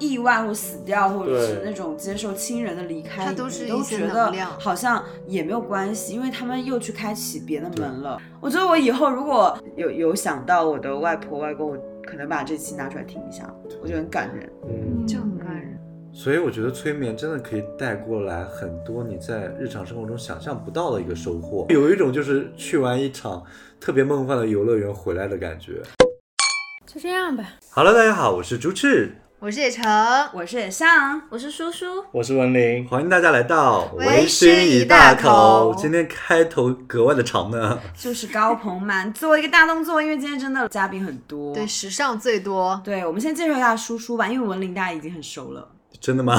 意外或死掉，或者是对那种接受亲人的离开，它都是你一都些觉能得量好像也没有关系，因为他们又去开启别的门了。我觉得我以后如果有有想到我的外婆外公，我可能把这期拿出来听一下，我觉得很感人。嗯，就很感人。所以我觉得催眠真的可以带过来很多你在日常生活中想象不到的一个收获。有一种就是去完一场特别梦幻的游乐园回来的感觉。就这样吧。好了，大家好，我是朱赤，我是野城，我是野象，我是 叔叔，我是文林，欢迎大家来到微醺一大口今天开头格外的长呢，就是高朋满做一个大动作，因为今天真的嘉宾很多。对，史上最多，对，我们先介绍一下叔叔吧，因为文林大家已经很熟了。真的吗？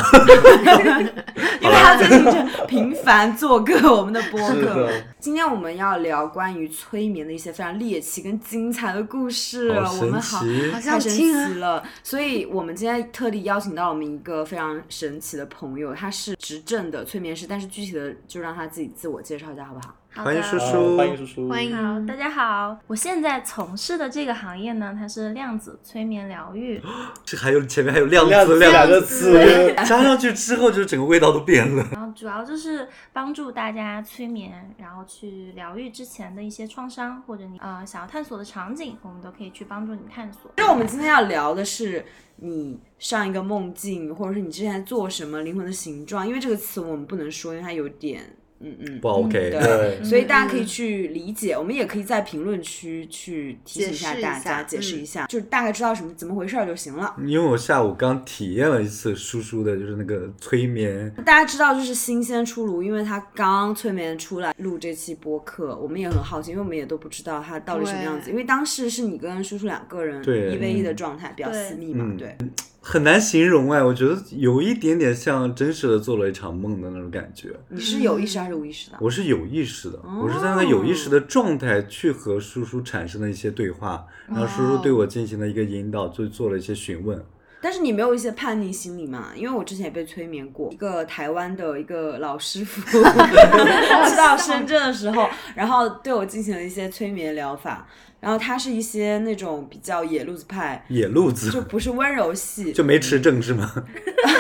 因为他最近这频繁做客我们的播是客的。今天我们要聊关于催眠的一些非常猎奇跟精彩的故事，好啊我神们好。奇好！太像神听啊奇了，所以我们今天特地邀请到我们一个非常神奇的朋友，他是执政的催眠师，但是具体的就让他自己自我介绍一下，好不好？好欢迎叔叔的啊欢迎叔叔，欢迎嗯好，大家好，我现在从事的这个行业呢，它是量子催眠疗愈。这还有前面还有量亮子子量两个对字，加上去之后，就是整个味道都变了。然后主要就是帮助大家催眠，然后去疗愈之前的一些创伤，或者你呃想要探索的场景，我们都可以去帮助你探索。那我们今天要聊的是你上一个梦境，或者是你之前在做什么灵魂的形状，因为这个词我们不能说，因为它有点，嗯嗯，不 OK，对对，所以大家可以去理解，我们也可以在评论区去提醒一下嗯大家，解解释释一一下，就是大概知道什么怎么回事儿就行了。因为我下午刚体验了一次叔叔的，就是那个催眠，大家知道，就是新鲜出炉，因为他刚催眠出来录这期播客，我们也很好奇，因为我们也都不知道他到底什么样子。对因为当时是你跟叔叔两个人对一 v 一的状态，比较对私密嘛，嗯对。很难形容哎，我觉得有一点点像真实的做了一场梦的那种感觉。你是有意识还是无意识的？我是有意识的，哦我是在那个有意识的状态去和叔叔产生了一些对话，哦然后叔叔对我进行了一个引导，就做了一些询问。但是你没有一些叛逆心理嘛？因为我之前也被催眠过，一个台湾的一个老师傅去到深圳的时候，然后对我进行了一些催眠疗法，然后他是一些那种比较野路子派，野路就子 不是温柔系，就没持证是吗？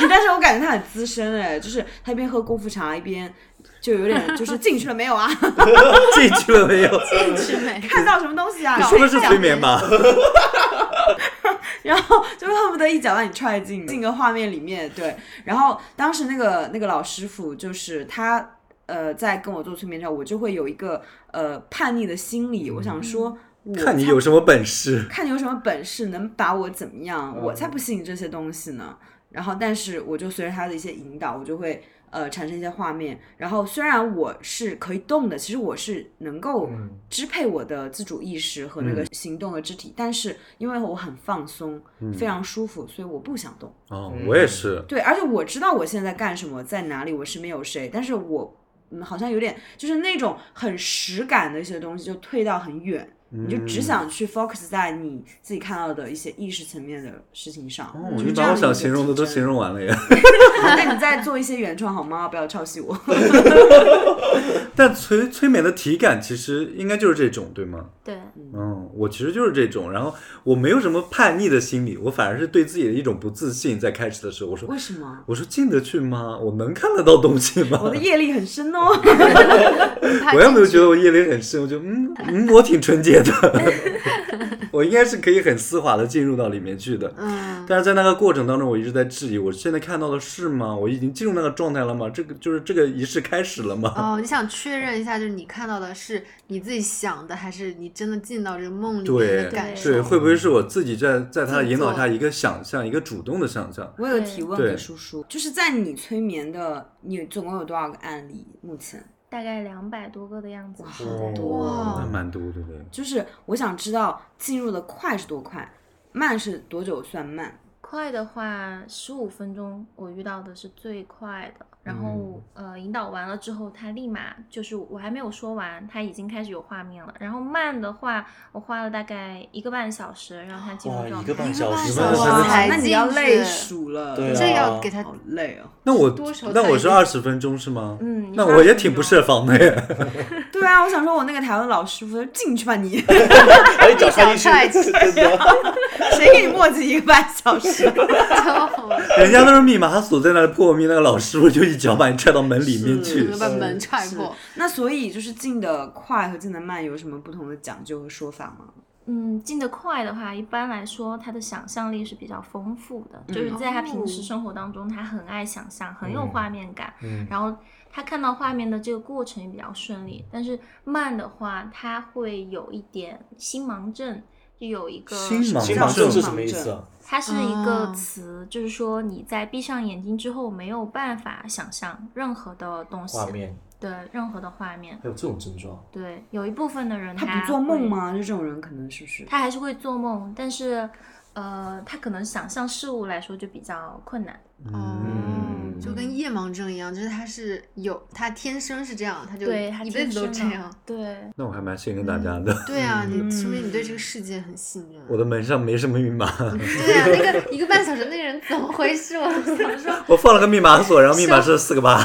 但是我感觉他很资深哎，就是他一边喝功夫茶一边。就有点就是进去了没有啊？ 进去了没有？是美。看到什么东西啊你？说的是催 眠吧？然后就恨不得一脚把你踹进进个画面里面，对。然后当时那个那个老师傅就是他，呃，在跟我做催眠之后，我就会有一个呃叛逆的心理，我想说，我看你才有什么本事。看你有什么本事能把我怎么样，我才不信这些东西呢。然后，但是我就随着他的一些引导，我就会呃产生一些画面。然后，虽然我是可以动的，其实我是能够支配我的自主意识和那个行动和肢体，但是因为我很放松，非常舒服，所以我不想动。哦，嗯我也是。对，而且我知道我现在干什么，在哪里，我身边有谁，但是我嗯好像有点就是那种很实感的一些东西就退到很远，你就嗯只想去 focus 在你自己看到的一些意识层面的事情上。哦就你是嗯这把样我的一个想形容的都形容完了呀。提升。那你再做一些原创好吗？不要抄袭我。但催催眠的体感其实应该就是这种，对吗？对，嗯，我其实就是这种，然后我没有什么叛逆的心理，我反而是对自己的一种不自信。在开始的时候，我说 为什么？我说进得去吗？我能看得到东西吗？ 我的业力很深 哦。我也没有觉得我业力很深，我就嗯嗯，我挺纯洁的， 我应该是可以很丝滑的进入到里面去的。 嗯，但是在那个过程当中，我一直在质疑，我现在看到的是吗？我已经进入那个状态了吗？这个就是这个仪式开始了吗？哦，你想确认一下，就是你看到的是你自己想的，还是你真的进到这个梦里面对的嗯感对，受？会不会是我自己在在他的引导自己下做一个想象，一个主动的想象？我有个提问对给叔叔，就是在你催眠的，你总共有多少个案例？目前大概两百多个的样子。好哦多。啊哇那蛮多的嘞。就是我想知道进入的快是多快，慢是多久算慢？快的话，十五分钟我遇到的是最快的。然后、呃，引导完了之后，他立马就是我还没有说完，他已经开始有画面了。然后慢的话，我花了大概一个半小时让他进入哇状态。一个半小时哇才那你要进去累死了，对这要啊给他好累哦。那我多少那我才是能二十分钟是吗？嗯那你是我也20挺不分钟设防的耶。对啊，我想说，我那个台湾老师傅进去吧你， 哎，脚踹进踹去，真的， 谁给你磨叽一个半小时？师。超好玩，人家都是密码锁在那儿破密，那个老师傅就一脚把你踹到门里面是去整 个。把门踹破。那所以就是进的快和进的慢有什么不同的讲究和说法吗？嗯，进得快的话，一般来说他的想象力是比较丰富的，就是嗯在他平时生活当中，他很爱想象，很有哦嗯画面感，嗯，然后他看到画面的这个过程也比较顺利。但是慢的话，他会有一点心盲症，就有一个心盲金盲榜症是什么意 思啊？它是一个哦词，就是说你在闭上眼睛之后没有办法想象任何的东西，画面对任何的画面。还有这种症状，对，有一部分的人他不做梦会？吗？就这种人可能是不是？他还是会做梦，但是呃，他可能想象事物来说就比较困难。嗯，就跟夜盲症一样，就是他是有他天生是这样，他就对，他一辈子都天这生的啊样。。对，那我还蛮信任大家的。对啊，你嗯说明你对这个世界很信任。啊我的门上没什么密码， 对啊，那个一个半小时那个人怎么回事？我就想 说，我放了个密码锁，然后密码是四个八。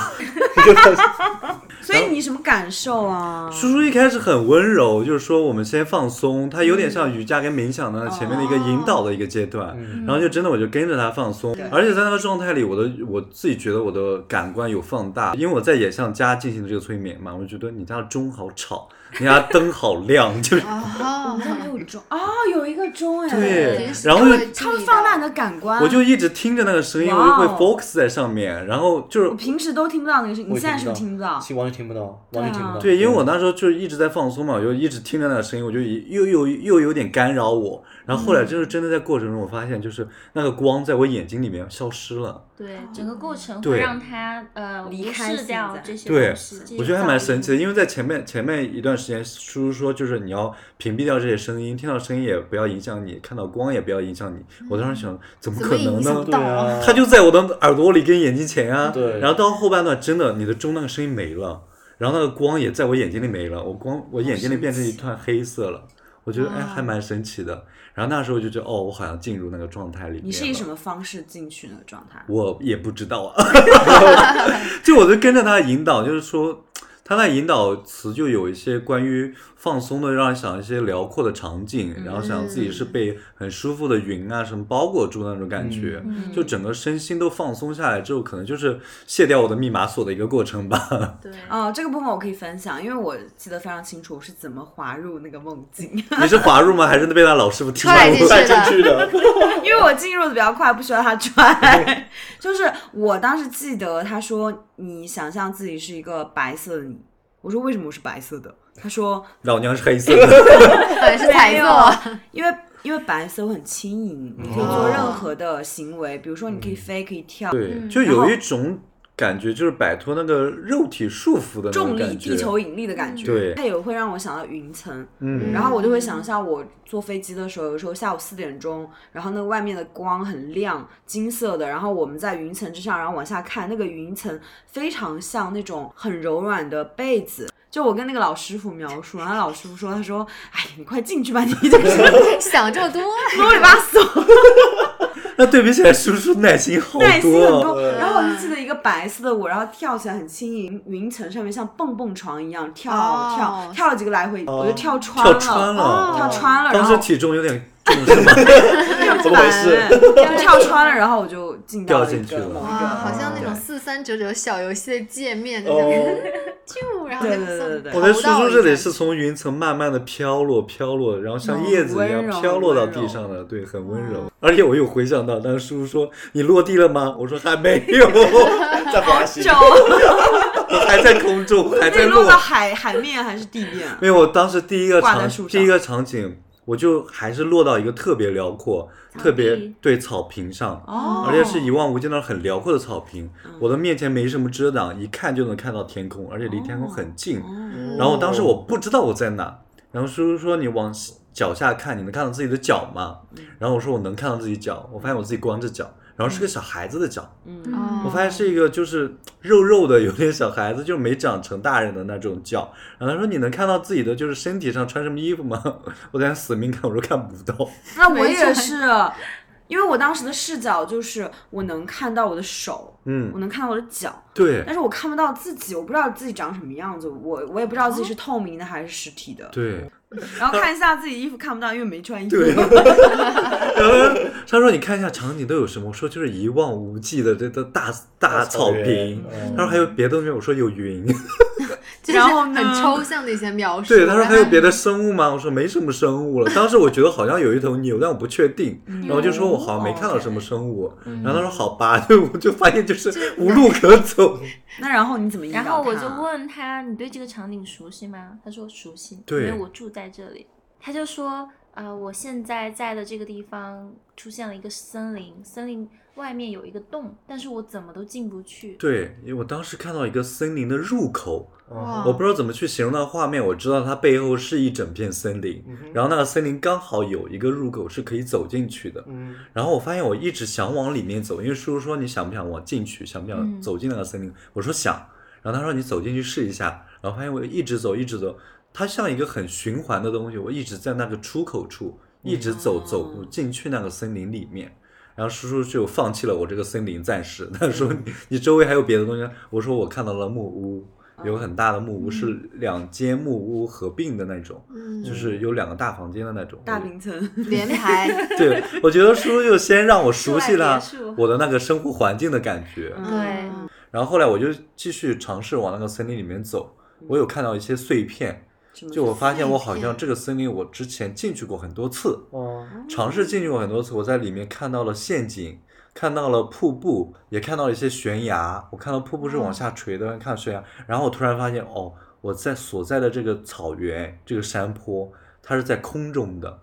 所以你什么感受啊？叔叔一开始很温柔，就是说我们先放松，他有点像瑜伽跟冥想的前面的一个引导的一个阶段，嗯然后就真的我就跟着他放松，而且在那个状态里，我的我自己觉得我的感官有放大，因为我在也像家进行这个催眠嘛，我就觉得你家的钟好吵，你家灯好亮， 就是我哦们，家没有钟啊，有一个钟哎，对平时然后都就会注他会意放大你到的感官。啊我就一直听着那个声音，我哇就哦会 focus 在上面，然后就我是。平时都听不到那个声，我你现在是不是听听不到啊其？实完全听不到，完全听不到。嗯对，因为我那时候就是一直在放松嘛，我就一直听着那个声音，我就一又又又有点干扰我。然后后嗯来就是真的在过程中，我发现就是那个光在我眼睛里面消失了，对，整个过程对会让他呃嗯离无开视现掉在这些对东西。这些我觉得还蛮神奇的，噪音。因为在前面前面一段时间，叔叔说就是你要屏蔽掉这些声音，听到声音也不要影响你，看到光也不要影响你。我当时想，怎么怎可么也能影响呢不？对到啊啊？它就在我的耳朵里跟眼睛前啊。对然后到后半段，真的你的钟那个声音没了，然后那个光也在我眼睛里没了，我光我眼睛里变成一团黑色了。我觉得哎，哇还蛮神奇的。然后那时候就觉得哦，我好像进入那个状态里面了。你是以什么方式进去的状态？我也不知道啊， 就我就跟着他的引导，就是说他那引导词就有一些关于放松的，让人想一些辽阔的场景，然后想自己是被很舒服的云啊什么包裹住那种感觉，嗯就整个身心都放松下来之后，可能就是卸掉我的密码锁的一个过程吧。对，啊、这个部分我可以分享，因为我记得非常清楚我是怎么滑入那个梦境。你是滑入吗？还是被那老师傅踢到踹进我？带进去的， 因为我进入的比较快，不需要他拽。 就是我当时记得他说：“你想象自己是一个白色的你。”我说：“为什么我是白色的？”他说 老娘是黑色的，本来是彩没有色，：“因为因为白色会很轻盈，你可以做任何的行为，比如说你可以飞，可以跳。”对，就有一种感觉，就是摆脱那个肉体束缚的那种重力、感觉。地球引力的感觉，对它也会让我想到云层，嗯然后我就会想象我坐飞机的时候，有时候下午四点钟，然后那个外面的光很亮，金色的，然后我们在云层之上，然后往下看，那个云层非常像那种很柔软的被子。就我跟那个老师傅描述，然后老师傅说，他说：“哎呀，你快进去吧，你就是 想这么多，啰里吧 嗦，那啊对比起来，叔叔耐心好耐心多很哦。多。”然后我就记得一个白色的我，然后跳起来很轻盈，云层上面像蹦蹦床一样跳、哦跳跳了几个来回，我就跳穿哦跳穿了哦跳穿了，然当后时体重有点重是吗？怎么回事？就跳穿了，然后我就进到掉进一去个了某一哇，个。好像那种对四三九九小游戏的界面，就哦是，啾，然后对就对送对 对对我投的叔到叔一这里下是从云层慢慢的飘落，飘落，然后像叶子一嗯样温柔飘落到很温地柔嗯上的，对，很温柔。而且我有回想到，当时叔叔说：“你落地了吗？”我说：“还没有， 在滑行，就我还在空 中， 还在那落落。到海海面还是地 面啊？没有，我当时第一个挂在场树上第一个场景，我就还是落到一个特别辽阔、地特别对草坪上，哦，嗯而且是一望无际那种很辽阔的草坪。我的面前没什么遮挡，一看就能看到天空，而且离天空很近。哦然后当时我不知道我在哪，然后叔叔说你往脚下看，你能看到自己的脚吗？嗯然后我说我能看到自己脚，我发现我自己光着脚，然后是个小孩子的脚，嗯，嗯我发现是一个就是肉肉的，有点小孩子，就没长成大人的那种脚。然后他说你能看到自己的就是 身体上穿什么衣服吗？我在那死命看，我说看不到。 那我也是。因为我当时的视角就是我能看到我的手，嗯我能看到我的脚，对但是我看不到自己，我不知道自己长什么样子，我我也不知道自己是透明的还是实体的。对。然后看一下自己衣服看不到，因为没穿衣服。对他说：“你看一下场景都有什么？”我说：“就是一望无际的这个大大草坪。”嗯他说：“还有别的没有？”我说：“有 云。就是然后很呢抽象的一些描”述。对，他说：“还有别的，的生物吗？”我说：“没什么生物了。”当时我觉得好像有一头牛，但我不确定。然后就说：“我好像没看到什么生物。”然后他说：“好吧。”就我就发现就是无路可走。 那然后你怎么引导然他？后我就问他：“你对这个场景熟悉吗？”他说：“熟悉，对因为我住在这里。”他就说：“啊、我现在在的这个地方出现了一个森林，森林外面有一个洞，但是我怎么都进不去。”对，因为我当时看到一个森林的入口，嗯哇我不知道怎么去形容那个画面。我知道它背后是一整片森林，然后那个森林刚好有一个入口是可以走进去的。嗯然后我发现我一直想往里面走，因为叔叔说你想不想往进去，想不想嗯走进那个森林？我说想。然后他说你走进去试一下。然后发现我一直走，一直走，它像一个很循环的东西，我一直在那个出口处一直走，嗯走不进去那个森林里面。然后叔叔就放弃了我这个森林，暂时他说你你周围还有别的东西吗。我说我看到了木屋，有个很大的木屋，是两间木屋合并的那种，嗯，就是有两个大房间的那种。大我平层，连 排，对，我觉得叔叔就先让我熟 悉了住在别墅我的那个生活环境的感觉，对嗯然后后来我就继续尝试往那个森林里面走，我有看到一些碎片，什么就我发现我好碎像片这个森林我之前进去过很多次，哦，尝试进去过很多次，我在里面看到了陷阱。看到了瀑布，也看到了一些悬崖。我看到瀑布是往下垂的，看悬崖。然后我突然发现，哦，我在所在的这个草原，这个山坡，它是在空中的。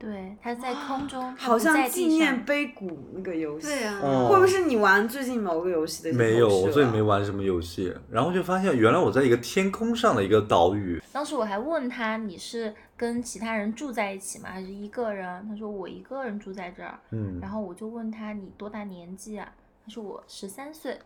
对，他在空中，它好不在像地纪念上碑谷那个游戏，对啊，哦会不会是你玩最近某个游戏的一些没有，投射啊我最近没玩什么游戏，然后就发现原来我在一个天空上的一个岛屿，当时我还问他：“你是跟其他人住在一起吗？还是一个人？”他说：“我一个人住在这儿。”嗯然，后我就问他你多大年纪啊？他说我十三岁。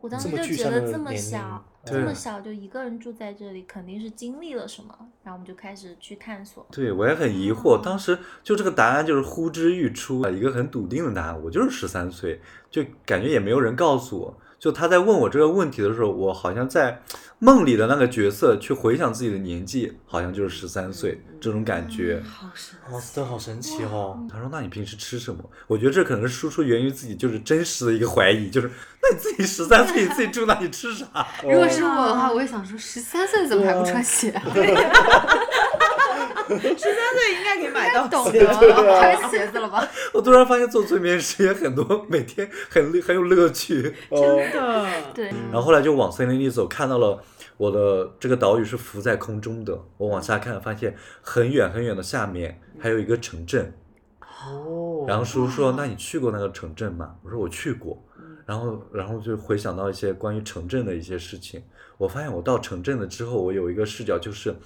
我当这时么就具觉象得的这么年小，龄这么对小就一个人住在这里，肯定是经历了什么。然后我们就开始去探索。对我也很疑惑，当时就这个答案就是呼之欲出，一个很笃定的答案，我就是十三岁，就感觉也没有人告诉我。就他在问我这个问题的时候，我好像在梦里的那个角色去回想自己的年纪，好像就是十三岁这种感觉。好神奇哦，真的好神奇哦！他说：“那你平时吃什么？”我觉得这可能是输出源于自己就是真实的一个怀疑，就是那你自己十三岁，你自己住那里吃啥？ 如果是我的话，我会想说，十三岁怎么还不穿鞋啊？十三岁应该可以买到 懂鞋得啊 穿鞋子了吧？我突然发现做催眠师也很多，每天很很有乐趣。真的。对，然后后来就往森林里走，看到了我的这个岛屿是浮在空中的。我往下看，发现很远很远的下面还有一个城镇。哦，然后叔叔说：“那你去过那个城镇吗？”我说：“我去过。”然后，然后就回想到一些关于城镇的一些事情。我发现我到城镇了之后，我有一个视角，就是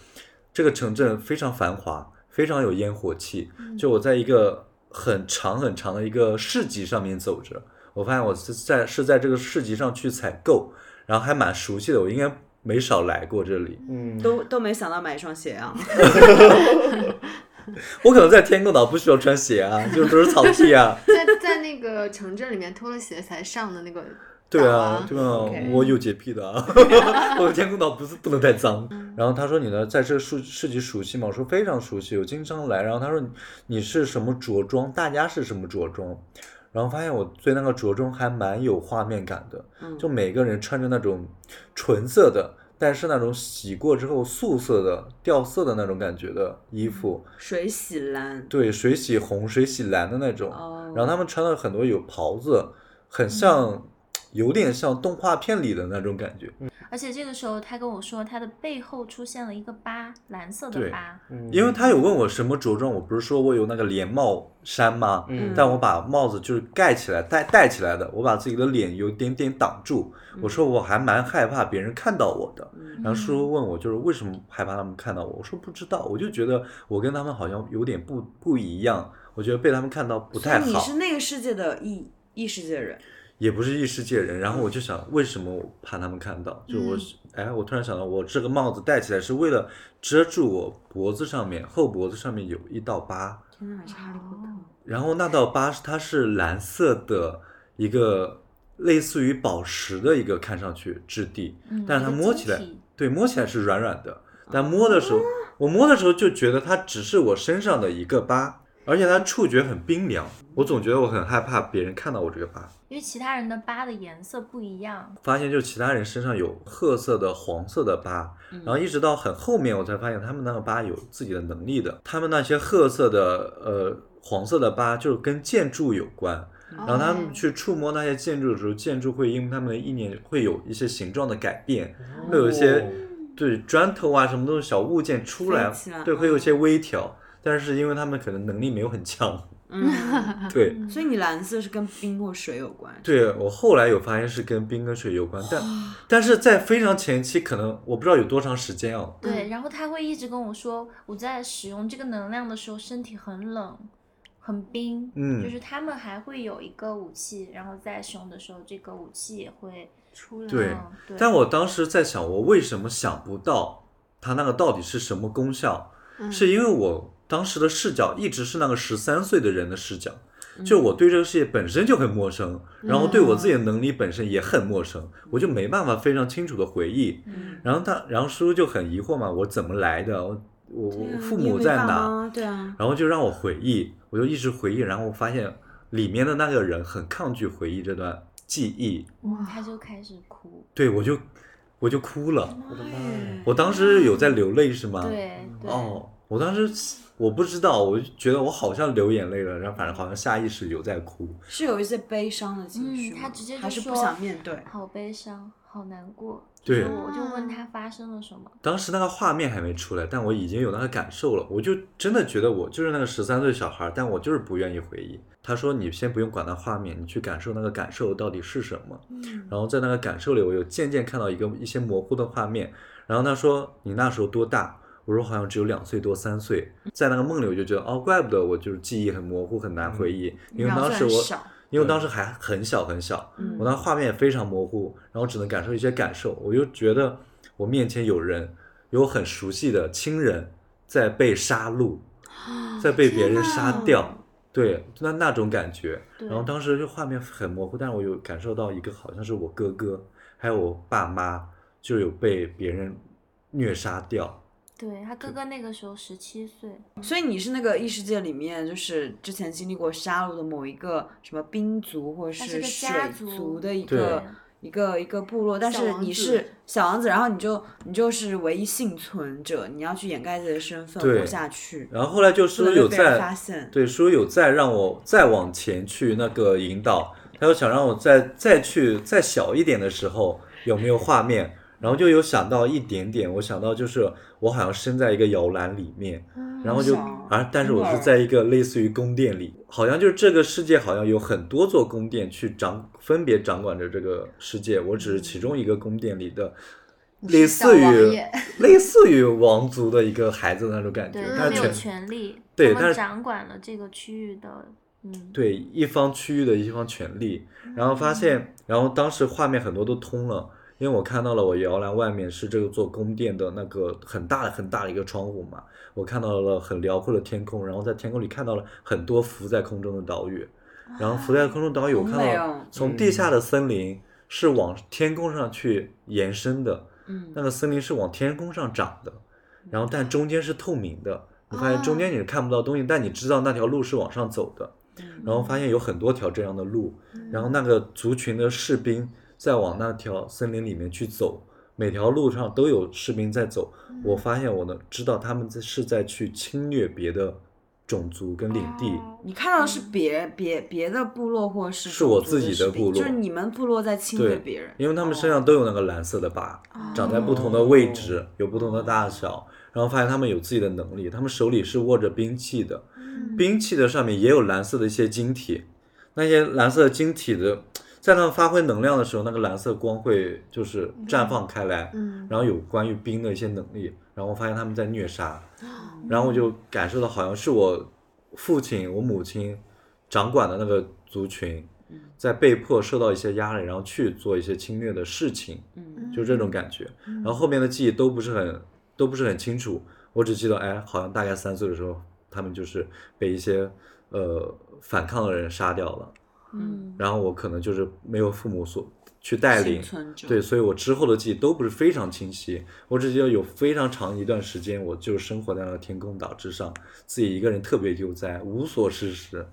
这个城镇非常繁华，非常有烟火气。就我在一个很长很长的一个市集上面走着，我发现我是在是在这个市集上去采购，然后还蛮熟悉的，我应该没少来过这里。嗯，都都没想到买一双鞋啊！我可能在天空岛不需要穿鞋啊，就都是草地啊。在在那个城镇里面脱了鞋才上的那个，对啊啊，对啊 OK，我有洁癖 的啊， 我的天空岛不是不能太脏。嗯然后他说你呢，在这个市市集熟悉吗？我说非常熟悉，我经常来。然后他说你你是什么着装，大家是什么着装？然后发现我对那个着装还蛮有画面感的，嗯 就每个人穿着那种纯色的，但是那种洗过之后素色的、掉色的那种感觉的衣服，水洗蓝，对，水洗红、水洗蓝的那种。哦然后他们穿了很多有袍子，很像，嗯有点像动画片里的那种感觉。而且这个时候他跟我说，他的背后出现了一个疤，蓝色对的疤。嗯因为他有问我什么着装，我不是说我有那个连帽衫吗？嗯但我把帽子就是盖起来、戴戴起来的，我把自己的脸有点点挡住。嗯我说我还蛮害怕别人看到我的。然后叔叔问我就是为什么害怕他们看到我，我说不知道，我就觉得我跟他们好像有点不不一样，我觉得被他们看到不所太以好。你是那个世界的异异世界人，也不是异世界人，然后我就想，为什么我怕他们看到？就我是，哎，我突然想到，我这个帽子戴起来是为了遮住我脖子上面后脖子上面有一道疤，哦天哪，还是哈利波特？然后那道疤是它是蓝色的一个类似于宝石的一个看上去质地，嗯但是它一个摸晶起来体对摸起来是软软的，但摸的时候我摸的时候就觉得它只是我身上的一个疤，而且它触觉很冰凉，我总觉得我很害怕别人看到我这个疤。因为其他人的疤的颜色不一样，发现就其他人身上有褐色的、黄色的疤，嗯然后一直到很后面我才发现他们那个疤有自己的能力的。他们那些褐色的、呃黄色的疤就是跟建筑有关，哦然后他们哦去触摸那些建筑的时候，建筑会因为他们的意念会有一些形状的改变，会有一哦些对砖头啊什么东西小物件出来飞起来，对，会有嗯一些微调。但是因为他们可能能力没有很强， 嗯，对所以你蓝色是跟冰或水有关，对我后来有发现是跟冰跟水有关，但但是在非常前期，可能我不知道有多长时间哦。对，然后他会一直跟我说，我在使用这个能量的时候身体很冷，很冰，嗯就是他们还会有一个武器，然后在使用的时候，这个武器也会，出来对嗯对，但我当时在想，我为什么想不到它那个到底是什么功效？嗯是因为我当时的视角一直是那个十三岁的人的视角，嗯就我对这个世界本身就很陌生，然后对我自己的能力本身也很陌生，我就没办法非常清楚的回忆。嗯，然后他，然后叔叔就很疑惑嘛，我怎么来的？我我对我啊父你也母没在爸哪？妈对啊，然后就让我回忆，我就一直回忆，然后我发现里面的那个人很抗拒回忆这段记忆，嗯，他就开始哭，对我就我就哭了，我的妈哎呀！我当时有在流泪是吗？，对对，啊哦，我当时我不知道，我就觉得我好像流眼泪了，然后反正好像下意识有在哭，是有一些悲伤的情绪嗯吗，他直接就还是不说想面对，好悲伤，好难过，对就是我就问他发生了什么，当时那个画面还没出来，但我已经有那个感受了，我就真的觉得我就是那个十三岁小孩，但我就是不愿意回忆。他说：“你先不用管那画面，你去感受那个感受到底是什么。”然后在那个感受里，我有渐渐看到一个一些模糊的画面。然后他说：“你那时候多大？”我说：“好像只有两岁多，三岁。”在那个梦里，我就觉得哦，怪不得我就是记忆很模糊，很难回忆，因为然后当时虽然我小因为当时还很小很小，嗯我那画面也非常模糊，然后只能感受一些感受。我就觉得我面前有人，有很熟悉的亲人在被杀戮，啊在被别人杀掉，对，那那种感觉。对然后当时就画面很模糊，但是我有感受到一个好像是我哥哥，还有我爸妈就有被别人虐杀掉。对他哥哥那个时候十七岁，所以你是那个异世界里面，就是之前经历过杀戮的某一个什么兵族或它是是个水家族族的一对个一个一个部落，但小是王你子是小王子，然后你就你就是唯一幸存者，你要去掩盖自己的身份对活下去，然后后来就不是能有被别人在发现。对，说有再让我再往前去那个引导，他又想让我再再去再小一点的时候有没有画面，然后就有想到一点点，我想到就是我好像身在一个摇篮里面，然后就好小啊，但是我偶嗯是尔在一个类似于宫殿里，好像就是这个世界好像有很多座宫殿去掌分别掌管着这个世界，我只是其中一个宫殿里的。是类小似王于爷类似于王族的一个孩子的那种感觉对，，他但是们有全权利，对他但们是掌管了这个区域的，嗯，对一方区域的一方权利，然后发嗯现，然后当时画面很多都通了，因为我看到了我摇篮外面是这个座宫殿的那个很大的很大的一个窗户嘛，我看到了很辽阔的天空，然后在天空里看到了很多浮在空中的岛屿，然后浮在空中岛屿，我啊好看美到哦从地下的森林是往天空上去延伸的，嗯那个森林是往天空上长的，然后但中间是透明的，你发现啊中间你是看不到东西，但你知道那条路是往上走的。嗯然后发现有很多条这样的路，然后那个族群的士兵在往那条森林里面去走，每条路上都有士兵在走。我发现我能知道他们在是在去侵略别的种族跟领地，你看到的是别别别的部落或是是我种族自己士的兵部落就是你们部落在侵略对别人，哦因为他们身上都有那个蓝色的疤，长在不同的位置，有不同的大小。然后发现他们有自己的能力，他们手里是握着兵器的，嗯兵器的上面也有蓝色的一些晶体，那些蓝色晶体的，在他们发挥能量的时候，那个蓝色光会就是绽放开来，嗯然后有关于冰的一些能力，然后我发现他们在虐杀，嗯然后我就感受到好像是我父亲、我母亲掌管的那个族群，嗯在被迫受到一些压力，然后去做一些侵略的事情，嗯就这种感觉。然后后面的记忆都不是很都不是很清楚，我只记得哎，好像大概三岁的时候，他们就是被一些呃反抗的人杀掉了，嗯嗯，然后我可能就是没有父母所去带幸，领存者对，，所以我之后的记忆都不是非常清晰，我只记得有非常长一段时间，我就生活在那个天空岛之上，自己一个人特别悠哉，无所事事，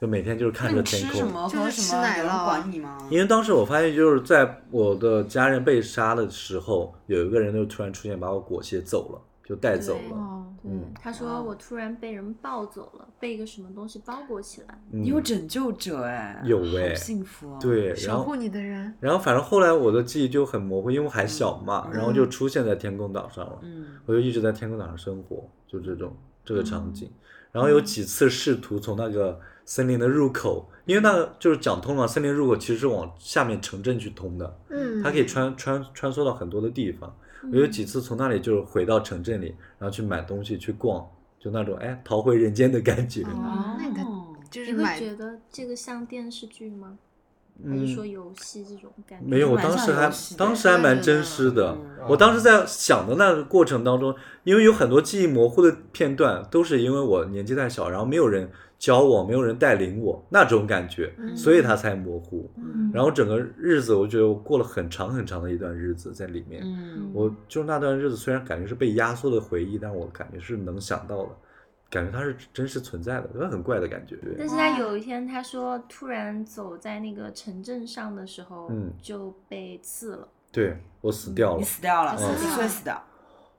就每天就是那看你着吃天什空。么就喝是什吃么，奶有人酪管你吗？因为当时我发现，就是在我的家人被杀的时候，有一个人就突然出现，把我裹挟走了，就带走对了。哦，对嗯，他哇说我突然被人抱走了，被一个什么东西包裹起来。嗯你有拯救者哎，有好哎幸福哦。，对，然守后护你的人，然后反正后来我的记忆就很模糊，因为我还小嘛，嗯然后就出现在天空岛上了。嗯，我就一直在天空岛上生活，就这种这个场景。然后有几次试图从那个森林的入口，因为那个就是讲通了，森林入口其实是往下面城镇去通的，嗯，它可以穿穿穿梭到很多的地方。我嗯有几次从那里就是回到城镇里，然后去买东西去逛，就那种哎逃回人间的感觉。哦，那你的就你是会买觉得这个像电视剧吗？还是说嗯，游戏这种感觉？嗯没有，我蛮当像时游还戏的当时还蛮对真实的。嗯我当时在想的那个过程当中，因为有很多记忆模糊的片段，都是因为我年纪太小，然后没有人教我，没有人带领我那种感觉，嗯所以它才模糊。嗯，然后整个日子，我觉得我过了很长很长的一段日子在里面。嗯，我就那段日子，虽然感觉是被压缩的回忆，但我感觉是能想到的，感觉它是真实存在的，很怪的感觉。但对是哇他有一天他说突然走在那个城镇上的时候，嗯就被刺了。对我死掉了你，死掉了，嗯几岁死的？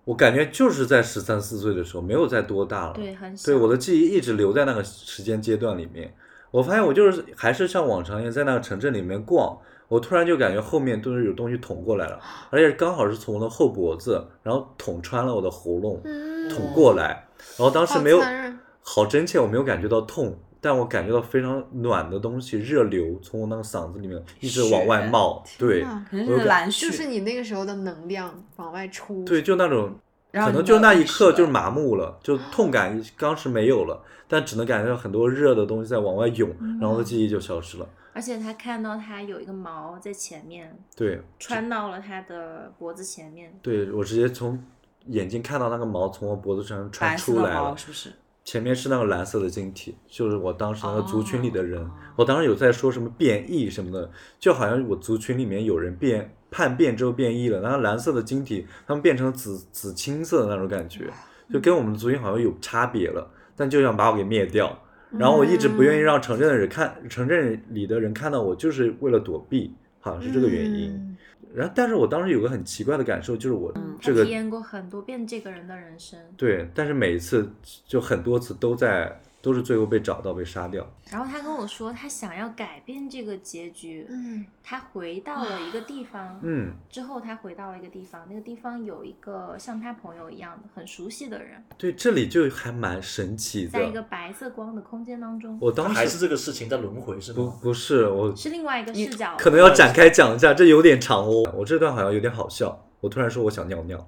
我感觉就是在十三四岁的时候，没有再多大了。对，很小。啊对，我的记忆一直留在那个时间阶段里面。我发现我就是还是像往常一样在那个城镇里面逛，我突然就感觉后面都是有东西捅过来了，而且刚好是从我的后脖子，然后捅穿了我的喉咙，嗯捅过来。然后当时好没有残忍好真切，我没有感觉到痛，但我感觉到非常暖的东西，热流从我那个嗓子里面一直往外血冒。对天，哪可能我是感蓝血，就是你那个时候的能量往外出，对，就那种然后你没可能有就那意一识刻了就是麻木了，哦就痛感当时没有了，但只能感觉到很多热的东西在往外涌，然后嗯记忆就消失了。而且他看到他有一个毛在前面，对穿到了他的脖子前面。对，我直接从眼睛看到那个毛从我脖子上穿白色出的来毛了，是不是？前面是那个蓝色的晶体，就是我当时那个族群里的人，哦我当时有在说什么变异什么的，就好像我族群里面有人变叛变之后变异了，然后蓝色的晶体他们变成紫紫青色的那种感觉，嗯就跟我们族群好像有差别了，但就想把我给灭掉。嗯然后我一直不愿意让城镇的人看，城镇里的人看到我，就是为了躲避，好像是这个原因。嗯然后，但是我当时有个很奇怪的感受，就是我嗯，这他个体验过很多遍这个人的人生，对，但是每一次就很多次都在都是最后被找到被杀掉。然后他跟我说，他想要改变这个结局，嗯，他回到了一个地方，嗯之后他回到了一个地方，那个地方有一个像他朋友一样的很熟悉的人，，对，这里就还蛮神奇在一的。个白色光的空间当中，啊我当还时是这个事情在轮回是不吗？不是我，是另外一个视角。可能要展开讲一下，这有点长哦。我这段好像有点好笑。我突然说我想尿尿，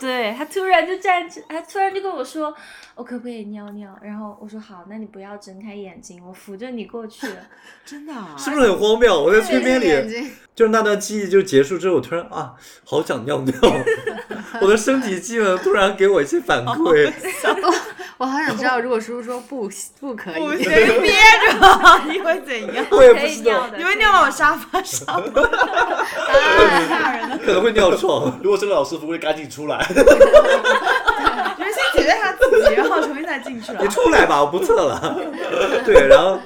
对他突然就站起，他突然就跟我说：“我可不可以尿尿？”然后我说：“好，那你不要睁开眼睛，我扶着你过去。真的啊？是不是很荒谬？我在闭吹着边眼里，睛，就是那段记忆就结束之后，我突然啊，好想尿 尿，我的身体机能突然给我一些反馈。哦我好想知道，如果叔叔说不不可我以，谁憋着？ 你会怎样？ 我也不可以知道尿，的，你会尿到我沙发上，吓人了。可能会尿床。 如果是老师傅，会赶紧出来。觉得先解决他自己，然后重新再进去了你。出来吧，我不测了。对，然后，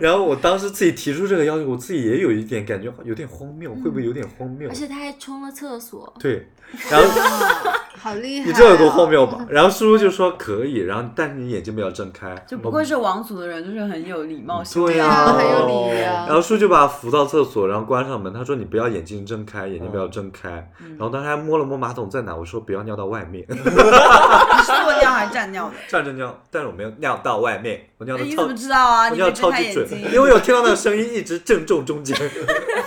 然后我当时自己提出这个要求，我自己也有一点感觉有点荒谬，会不会有点荒谬而？嗯且他还冲了厕所。对， 然后哇 好厉害！啊你知道有多荒？谬吗？然后叔叔就说可以，然后但是你眼睛不要睁开，就不愧是王族的人，就是很有礼貌性格。对对呀啊， 很有理我。啊哦然。后叔就把他扶到厕所，然后关上门。他说：“你不要眼睛睁开，眼睛不要睁开。嗯然后当时还摸了摸马桶在哪，我说：“不要尿到外面， 你是坐尿还是站尿的？站着尿。”但是我没有尿到外面，我尿那的你超怎么，知道啊？我你尿没超睁开级眼准睛。，因为我有听到那个声音一直正中中间。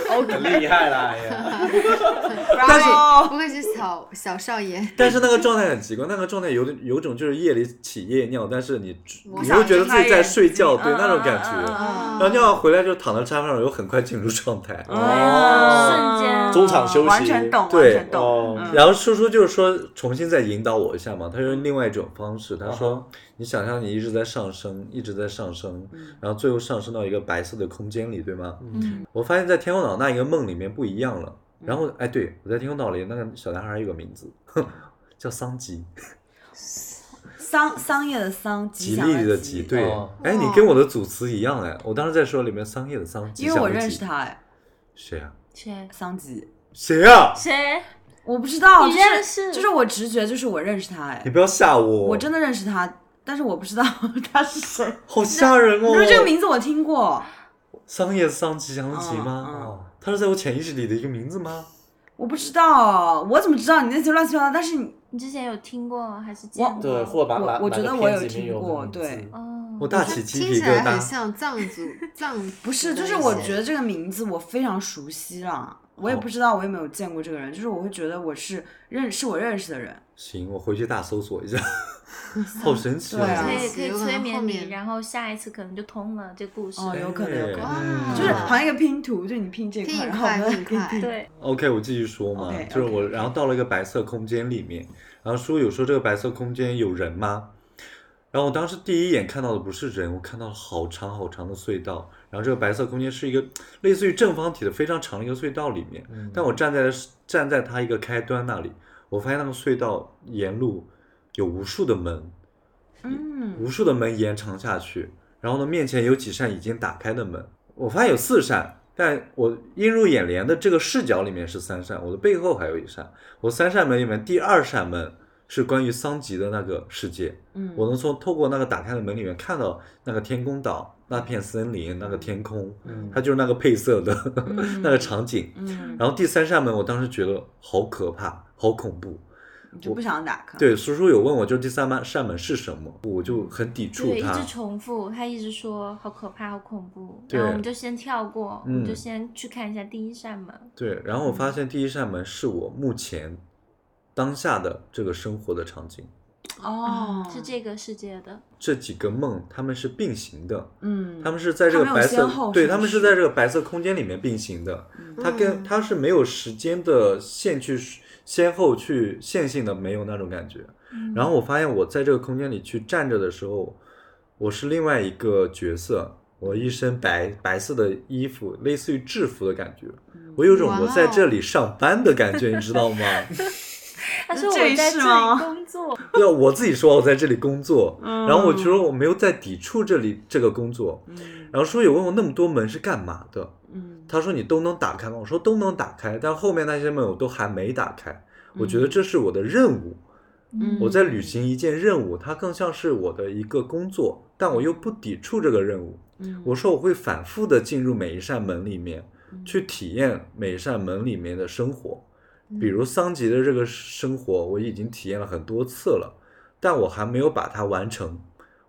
很厉害啦！哎呀，但是哦，不愧是小小少爷， 但是那个状态很奇怪，那个状态有点有种就是夜里起夜尿，但是你我你又觉得自己在睡觉，想对睁开眼睛那种感嗯嗯嗯觉。嗯哦然后尿完回来就躺在沙发上，又很快进入状态。哦瞬间中场休息完全懂，完对全懂哦。嗯然后叔叔就是说重新再引导我一下嘛，他用另外一种方式，他说嗯你想象你一直在上升，一直在上升，然后最后上升到一个白色的空间里，对吗？嗯我发现在天空岛那一个梦里面不一样了。嗯然后哎，对我在天空岛里那个小男孩还有个名字，哼叫桑吉，桑桑叶的桑，吉吉祥利的吉，吉，对哦。哎，你跟我的组词一样哎，我当时在说里面桑叶的桑，吉因为祥我的认吉识，他哎，谁啊？谁桑吉，谁啊？谁？我不知道，你就是认识就是我直觉就是我认识他哎你，不要吓我，我真的认识他，但是我不知道他是谁。好吓人哦因。为这个名字我听过，桑叶桑吉祥吉嗯嗯吗？哦他是在我潜意识里的一个名字吗？我不知道，我怎么知道你那些乱七八糟？但是你你之前有听过还是见过？对，或者把我哪我哪觉个得我片有子里面听有过名字对哦，我大起鸡听皮起疙来很瘩。像藏 族藏族的一些，不是，就是我觉得这个名字我非常熟悉了，我也好不知道我有没有见过这个人，就是我会觉得我是认是我认识的人，行，我回去大搜索一下，好神奇对啊可啊！以可以有可能催后眠面你，然后下一次可能就通了这故事。哦有可能有可能哎哇就是好像一个拼图，就你拼这块，拼一然后我块们拼一嗯块，对， OK，我继续说嘛 OK，OK，就是我，然后到了一个白色空间里面，然后叔有说这个白色空间有人吗？然后我当时第一眼看到的不是人，我看到了好长好长的隧道，然后这个白色空间是一个类似于正方体的非常长的一个隧道里面，嗯但我站在站在它一个开端那里，我发现那个隧道沿路有无数的门，嗯，无数的门延长下去，然后呢，面前有几扇已经打开的门，我发现有四扇，但我映入眼帘的这个视角里面是三扇，我的背后还有一扇，我三扇门里面第二扇门是关于桑吉的那个世界，嗯我能从透过那个打开的门里面看到那个天宫岛、那片森林、那个天空，嗯它就是那个配色的 嗯那个场景。嗯，然后第三扇门，我当时觉得好可怕，好恐怖。你就不想打开，，对，叔叔有问我，就是第三门扇门是什么，我就很抵触对，一它。直重复，他一直说好可怕，好恐怖，对然后我们就先跳过，我嗯们就先去看一下第一扇门。对，然后我发现第一扇门是我目前当下的这个生活的场景。哦，嗯是，这个世界的，这几个梦，他们是并行的，嗯，他们是在这个它没有白色先后，顺对，序他们是在这个白色空间里面并行的。它跟嗯它是没有时间的线去先后去线性的，没有那种感觉。嗯然后我发现我在这个空间里去站着的时候，我是另外一个角色，我一身白白色的衣服，类似于制服的感觉，我有种哇哦我在这里上班的感觉，你知道吗？他说我这在一世这吗里工作， 要我自己说我在这里工作，嗯然后我就说我没有在抵触这里这个工作，嗯然后叔也问我那么多门是干嘛的，嗯，他说你都能打开吗？我说都能打开，但后面那些门我都还没打开，我觉得这是我的任务，嗯我在履行一件任务，它更像是我的一个工作，但我又不抵触这个任务。嗯我说我会反复的进入每一扇门里面，去体验每一扇门里面的生活。比如桑吉的这个生活，我已经体验了很多次了，但我还没有把它完成。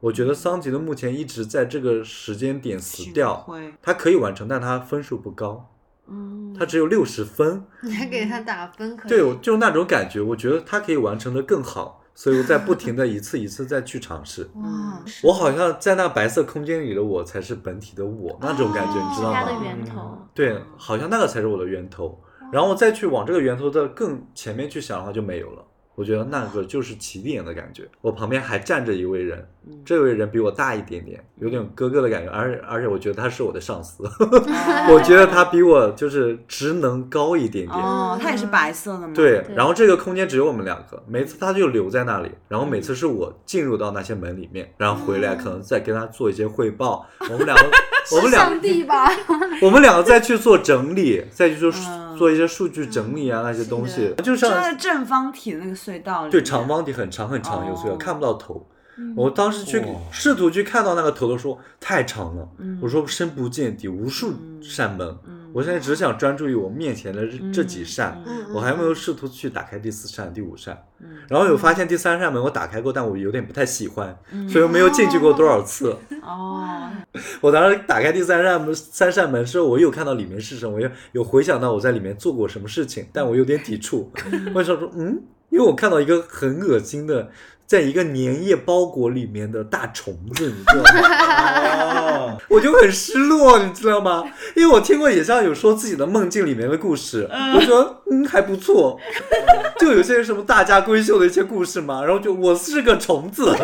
我觉得桑吉的目前一直在这个时间点死体掉，会他可以完成，但他分数不高，嗯，他只有六十分。 你还给他打分可以，对，我就那种感觉，我觉得他可以完成的更好，所以我在不停的 一次一次再去尝试。哇，我好像在那白色空间里的我才是本体的我，那种感觉、嗯你知是道他的吗？源头。对，好像那个才是我的源头。然后我再去往这个源头的更前面去想的话就没有了。我觉得那个就是起点的感觉。我旁边还站着一位人，嗯这位人比我大一点点，有点哥哥的感觉，而而且我觉得他是我的上司，哦我觉得他比我就是职能高一点点。哦，他也是白色的吗？对，对然后这个空间只有我们两个，每次他就留在那里，然后每次是我进入到那些门里面，然后回来可能再跟他做一些汇报，我们两个，我们两上个，帝吧， 我们两个再去做整理，再去做嗯做一些数据整理啊那些东西是，就就像在正方体的那个隧道里，对长，方体很长很长，有时候哦看不到头。嗯我当时去哇试图去看到那个头的时候，太长了嗯，我说深不见底，无数扇门，我现在只想专注于我面前的这这几扇，嗯我还没有试图去打开第四扇、第五扇。嗯然后有发现第三扇门我打开过，但我有点不太喜欢，所以我没有进去过多少次。嗯哦，我当时打开第三扇门，三扇门之后，我又看到里面是什么，我又有回想到我在里面做过什么事情，但我有点抵触。 我想说，嗯，因为我看到一个很恶心的，在一个粘液包裹里面的大虫子，你知道吗？哦，我就很失落，你知道吗？因为我听过野象有说自己的梦境里面的故事，我觉得嗯还不错，就有些什么大家闺秀的一些故事嘛，然后就我是个虫子，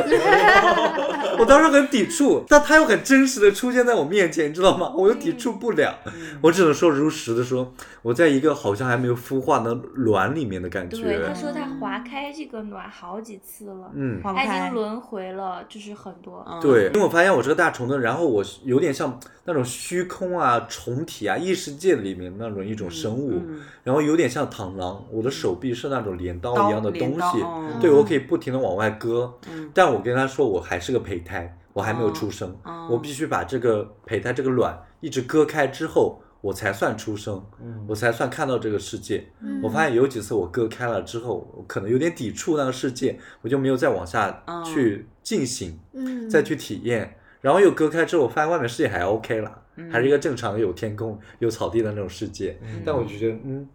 我当时很抵触，但他又很真实的出现在我面前，你知道吗？我又抵触不了，我只能说如实的说，我在一个好像还没有孵化的卵里面的感对，觉他，说他划开这个卵好几次了，嗯。划不他已开经轮回了，就是很多。嗯对，因为我发现我是个大虫子，然后我是有点像那种虚空啊、虫体啊、异世界里面那种一种生物，嗯然后有点像螳螂，我的手臂是那种镰刀一样的东镰刀西，哦对我可以不停的往外割，嗯但我跟他说我还是个胚胎，我还没有出生，哦我必须把这个胚胎这个卵一直割开之后，我才算出生，嗯我才算看到这个世界。嗯我发现有几次我割开了之后，我可能有点抵触那个世界，我就没有再往下哦去进行。嗯，再去体验。然后又隔开之后，我发现外面世界还 OK 了，嗯还是一个正常的有天空、有草地的那种世界。但我就觉得，嗯，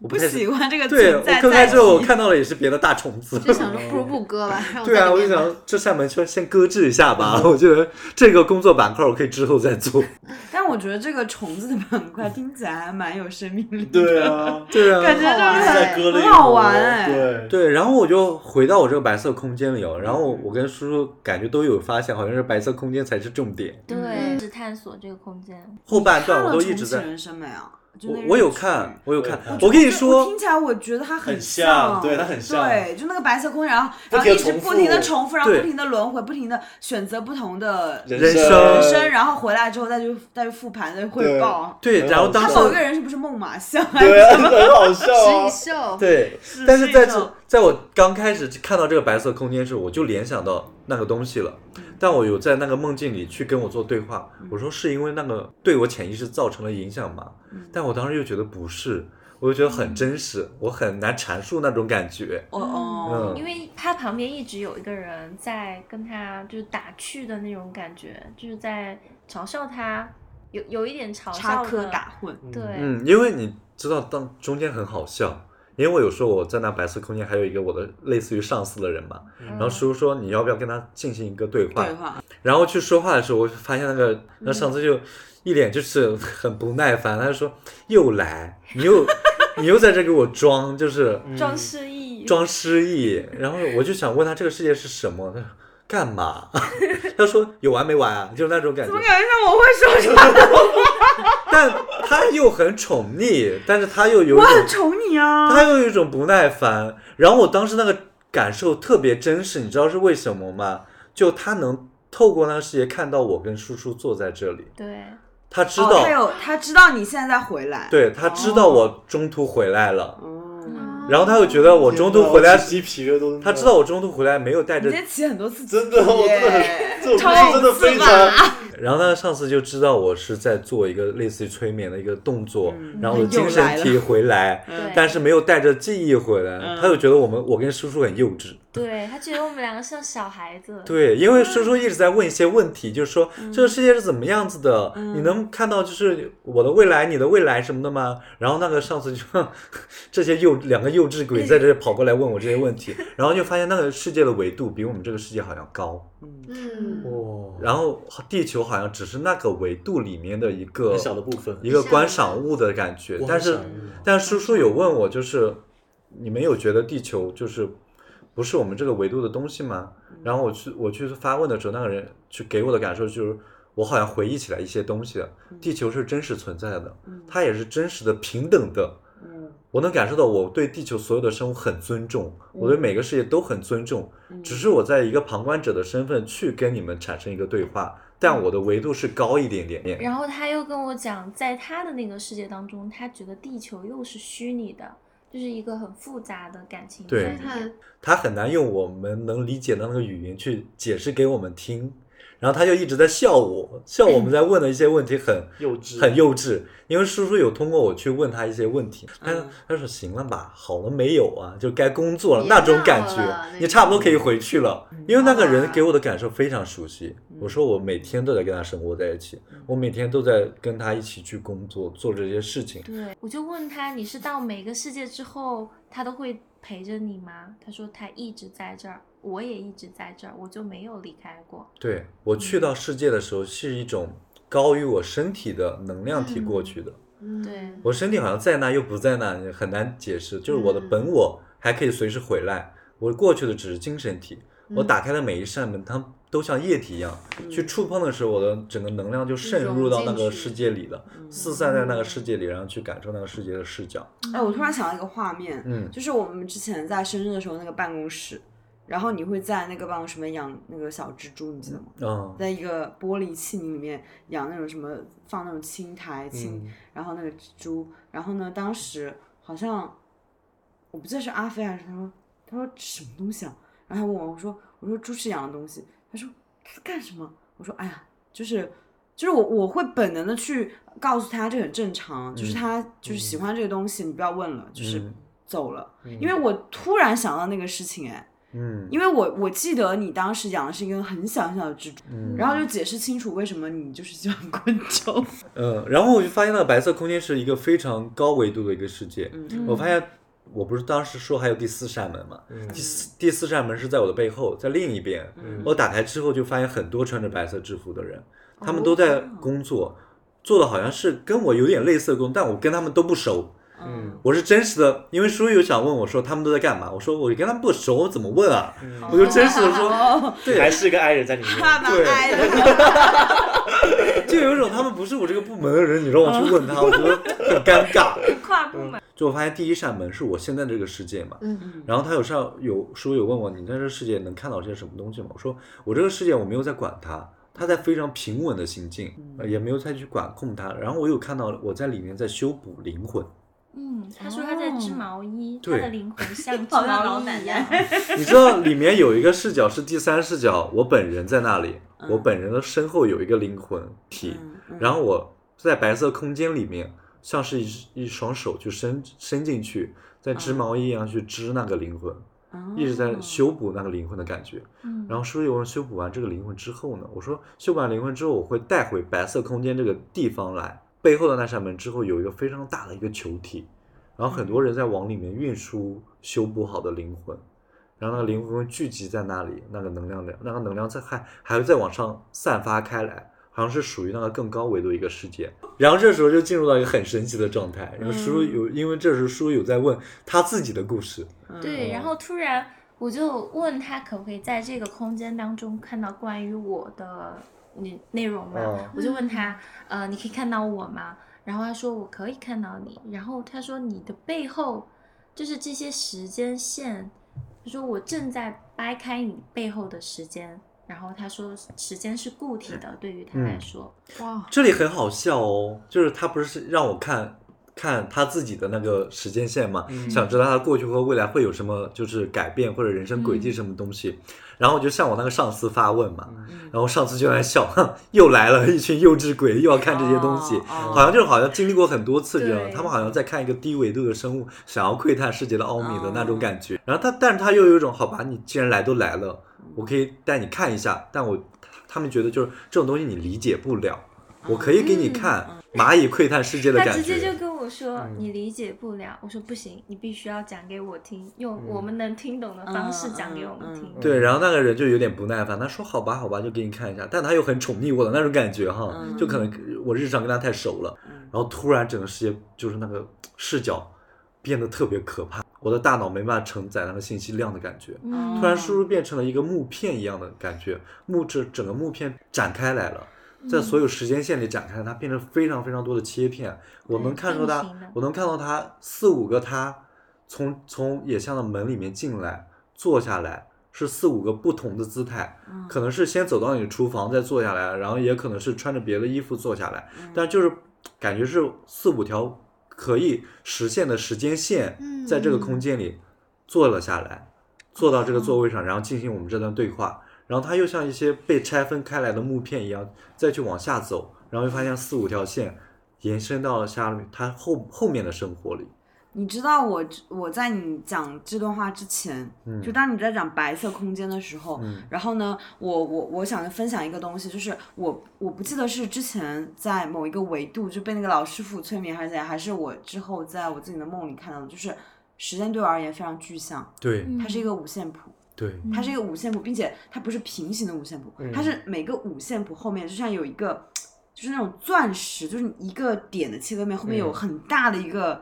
我不太喜。欢这个对我存在割开载之后，我体看到了也是别的大虫子。就想说不如不 割吧，让对啊，在我里就面吧想这扇门先先搁置一下吧。 我觉得这个工作板块我可以之后再做。但我觉得这个虫子的板块听起来还蛮有生命力的， 对啊，对啊，感觉好玩就是在很割了一哎很好波玩哎。哦对，对，然后我就回到我这个白色空间里哦，然后我跟叔叔感觉都有发现，好像是白色空间才是重点。对，是探索这个空间。后半看段了我《都一重直启在，人生》没有？就我那个我有日剧看，我有看我。我跟你就说，我听起来我觉得它很像，像对它很像对，就那个白色空间，然后不然后一停地直重复不停的重复，然后对不停的轮回，不停的选择不同的人人生生生，然后回来之后再去再去复盘，再去汇呃对报。对，很然后好当他笑时某一个人是不是孟马像？ 对啊，很好笑食啊 蚁。兽，对，但是是哦这在这种，在我刚开始看到这个白色空间时，我就联想到那个东西了。但我有在那个梦境里去跟我做对话，我说是因为那个对我潜意识造成了影响吗？但我当时又觉得不是，我就觉得很真实，我很难阐述那种感觉。哦哦，嗯因为他旁边一直有一个人在跟他就是打趣的那种感觉，就是在嘲笑他，有有一点嘲插笑科的。打诨，对，嗯，因为你知道，当中间很好笑，因为我有时候我在那白色空间还有一个我的类似于上司的人嘛，嗯然后叔叔说你要不要跟他进行一个嗯对话？对话，然后去说话的时候，我就发现那嗯个那上司就一脸就是很不耐烦，他就说又来，你又 你又在这给我装，就是嗯嗯装失忆，装失忆。然后我就想问他这个世界是什么，他说干嘛？ 他说有完没完啊，就是那种感觉怎么。感觉像我会说啥？但他又很宠溺，但是他又有一我种很宠你啊！他又有一种不耐烦。然后我当时那个感受特别真实，你知道是为什么吗？就他能透过那个世界看到我跟叔叔坐在这里。对，他知哦道，他有他知道你现在在回来，，对他知道我中途回来了，哦，嗯，然后他又觉得我中途回来，鸡皮疙瘩都。他知道我中途回来没有带你着今，天起很多次真的，我真的耶很，这种超故事真的有非刺常吧然后他上司就知道我是在做一个类似于催眠的一个动作，嗯然后我精神体回 来，对，但是没有带着记忆回来，嗯他就觉得我们我跟叔叔很幼稚，对他觉得我们两个像小孩子，对，因为叔叔一直在问一些问题，就是说、这个世界是怎么样子的，嗯你能看到就是我的未来、你的未来什么的吗？然后那个上司就 这些幼两个幼稚鬼在这跑过来问我这些问题，然后就发现那个世界的维度比我们这个世界好像高，嗯，哦然后地球好像只是那个维度里面的一个很小的部分，一个观赏物的感觉，但是但叔叔有问我，就是你们有觉得地球就是不是我们这个维度的东西吗？然后我去我去发问的时候，那个人去给我的感受就是，我好像回忆起来一些东西了。啊地球是真实存在的，它也是真实的、平等的。我能感受到，我对地球所有的生物很尊重，我对每个世界都很尊重，只是我在一个旁观者的身份去跟你们产生一个对话，但我的维度是高一点点点。然后他又跟我讲，在他的那个世界当中，他觉得地球又是虚拟的，就是一个很复杂的感情对在里面看他很难用我们能理解的那个语言去解释给我们听。然后他就一直在笑我，笑我们在问的一些问题很幼稚很幼稚。因为叔叔有通过我去问他一些问题，他嗯他说行了吧，好了没有啊，就该工作了别那种感闹觉了，那你差不多可以回去了。因为那个人哇给我的感受非常熟悉，我说我每天都在跟他生活在一起，我每天都在跟他一起去工作，做这些事情。对，我就问他，你是到每个世界之后，他都会陪着你吗？他说他一直在这儿，我也一直在这儿，我就没有离开过。对我去到世界的时候，是一种高于我身体的能量体过去的。嗯对我身体好像在那又不在那，很难解释。就是我的嗯本我还可以随时回来，我过去的只是精神体。我打开的每一扇门，它都像液体一样，去触碰的时候，我的整个能量就渗入到那融进个去世界里了，四散在那个世界里，然后去感受那个世界的视角。哎，我突然想到一个画面，嗯就是我们之前在深圳的时候那个办公室，然后你会在那个办公室里面养那个小蜘蛛，你记得吗？嗯，在一个玻璃器皿里面养那种什么，放那种青苔青，嗯然后那个蜘蛛，然后呢，当时好像我不记得是阿飞还是他说，他说这什么东西啊？然后他问我，我说我说猪是养的东西，他说这是干什么？我说哎呀，就是就是我我会本能的去告诉他这很正常，就是嗯他就是喜欢这个东西，你不要问了，就是嗯走了。嗯因为我突然想到那个事情，哎，嗯因为我我记得你当时养的是一根很小很小的蜘蛛，嗯然后就解释清楚为什么你就是喜欢昆虫。嗯，然后我就发现那个白色空间是一个非常高维度的一个世界。 嗯我发现，我不是当时说还有第四扇门嘛？第嗯四第四扇门是在我的背后，在另一边。嗯我打开之后就发现很多穿着白色制服的人，他们都在工作，做的好像是跟我有点类似的工作，但我跟他们都不熟。嗯我是真实的，因为叔叔有想问我说他们都在干嘛，我说我跟他们不熟，我怎么问啊？嗯我就真实的说，哦，对还是个爱人在里面，爸爸爱 的，就有一种他们不是我这个部门的人，你让我去问他，我觉得很尴尬。跨部门，就我发现第一扇门是我现在这个世界嘛，嗯然后他有上有叔有问我，你在这世界能看到些什么东西吗？我说我这个世界我没有在管它，它在非常平稳的行进，呃也没有再去管控它。然后我有看到我在里面在修补灵魂，嗯，他说他在织毛衣，他对的灵魂 像织好像毛老衣奶一样。你知道里面有一个视角是第三视角，我本人在那里，我本人的身后有一个灵魂体，嗯然后我在白色空间里面，像是一一双手去伸伸进去，在织毛衣一样去织那个灵魂，一直哦在修补那个灵魂的感觉。嗯，然后叔有人修补完这个灵魂之后呢，我说修补完灵魂之后，我会带回白色空间这个地方来。背后的那扇门之后有一个非常大的一个球体，然后很多人在往里面运输修补好的灵魂，然后那个灵魂聚集在那里，那个能量量，那个能量在还还会再往上散发开来，好像是属于那个更高维度一个世界。然后这时候就进入到一个很神奇的状态，然后叔有因为这时候叔有在问他自己的故事，对，然后突然我就问他可不可以在这个空间当中看到关于我的内内容嘛？嗯我就问他，呃，你可以看到我吗？然后他说我可以看到你。然后他说你的背后就是这些时间线，他说我正在掰开你背后的时间。然后他说时间是固体的，对于他来嗯说，哇，这里很好笑哦，就是他不是让我看看他自己的那个时间线嘛，嗯想知道他过去和未来会有什么就是改变或者人生轨迹什么东西，然后我就向我那个上司发问嘛，然后上司就在笑，哼，又来了一群幼稚鬼，又要看这些东西，哦哦好像就是好像经历过很多次这样，对他们好像在看一个低维度的生物，想要窥探世界的奥秘嗯的那种感觉，然后他但是他又有一种好吧，你既然来都来了，我可以带你看一下，但我他们觉得就是这种东西你理解不了。我可以给你看蚂蚁窥探世界的他感嗯直觉。嗯接就跟我说、你理解不了。我说不行，你必须要讲给我听，用嗯我们能听懂的方式讲给我们听。嗯嗯嗯对，然后那个人就有点不耐烦，他说：“好吧，好吧，就给你看一下。”但他又很宠溺我的那种感觉哈，嗯就可能我日常跟他太熟了，嗯然后突然整个世界就是那个视角变得特别可怕，我的大脑没办法承载那个信息量的感觉，嗯，突然输入变成了一个木片一样的感觉，木这整个木片展开来了。嗯在所有时间线里展开，它变成非常非常多的切片。我能看到它并行的，我能看到它四五个它从从野象的门里面进来，坐下来是四五个不同的姿态，嗯可能是先走到你的厨房再坐下来，然后也可能是穿着别的衣服坐下嗯来，但就是感觉是四五条可以实现的时间线嗯，在这个空间里坐了下来，坐到这个座位上，然后进行我们这段对话。然后它又像一些被拆分开来的木片一样，再去往下走，然后会发现四五条线延伸到了下面它后后面的生活里。你知道我我在你讲这段话之前，嗯就当你在讲白色空间的时候，嗯然后呢，我我我想分享一个东西，就是我我不记得是之前在某一个维度就被那个老师傅催眠，还是怎样，还是我之后在我自己的梦里看到的，就是时间对我而言非常具象，对嗯它是一个五线谱，对，它是一个五线谱，并且它不是平行的五线谱，它是每个五线谱后面就像有一个，就是那种钻石，就是一个点的切割面，后面有嗯很大的一个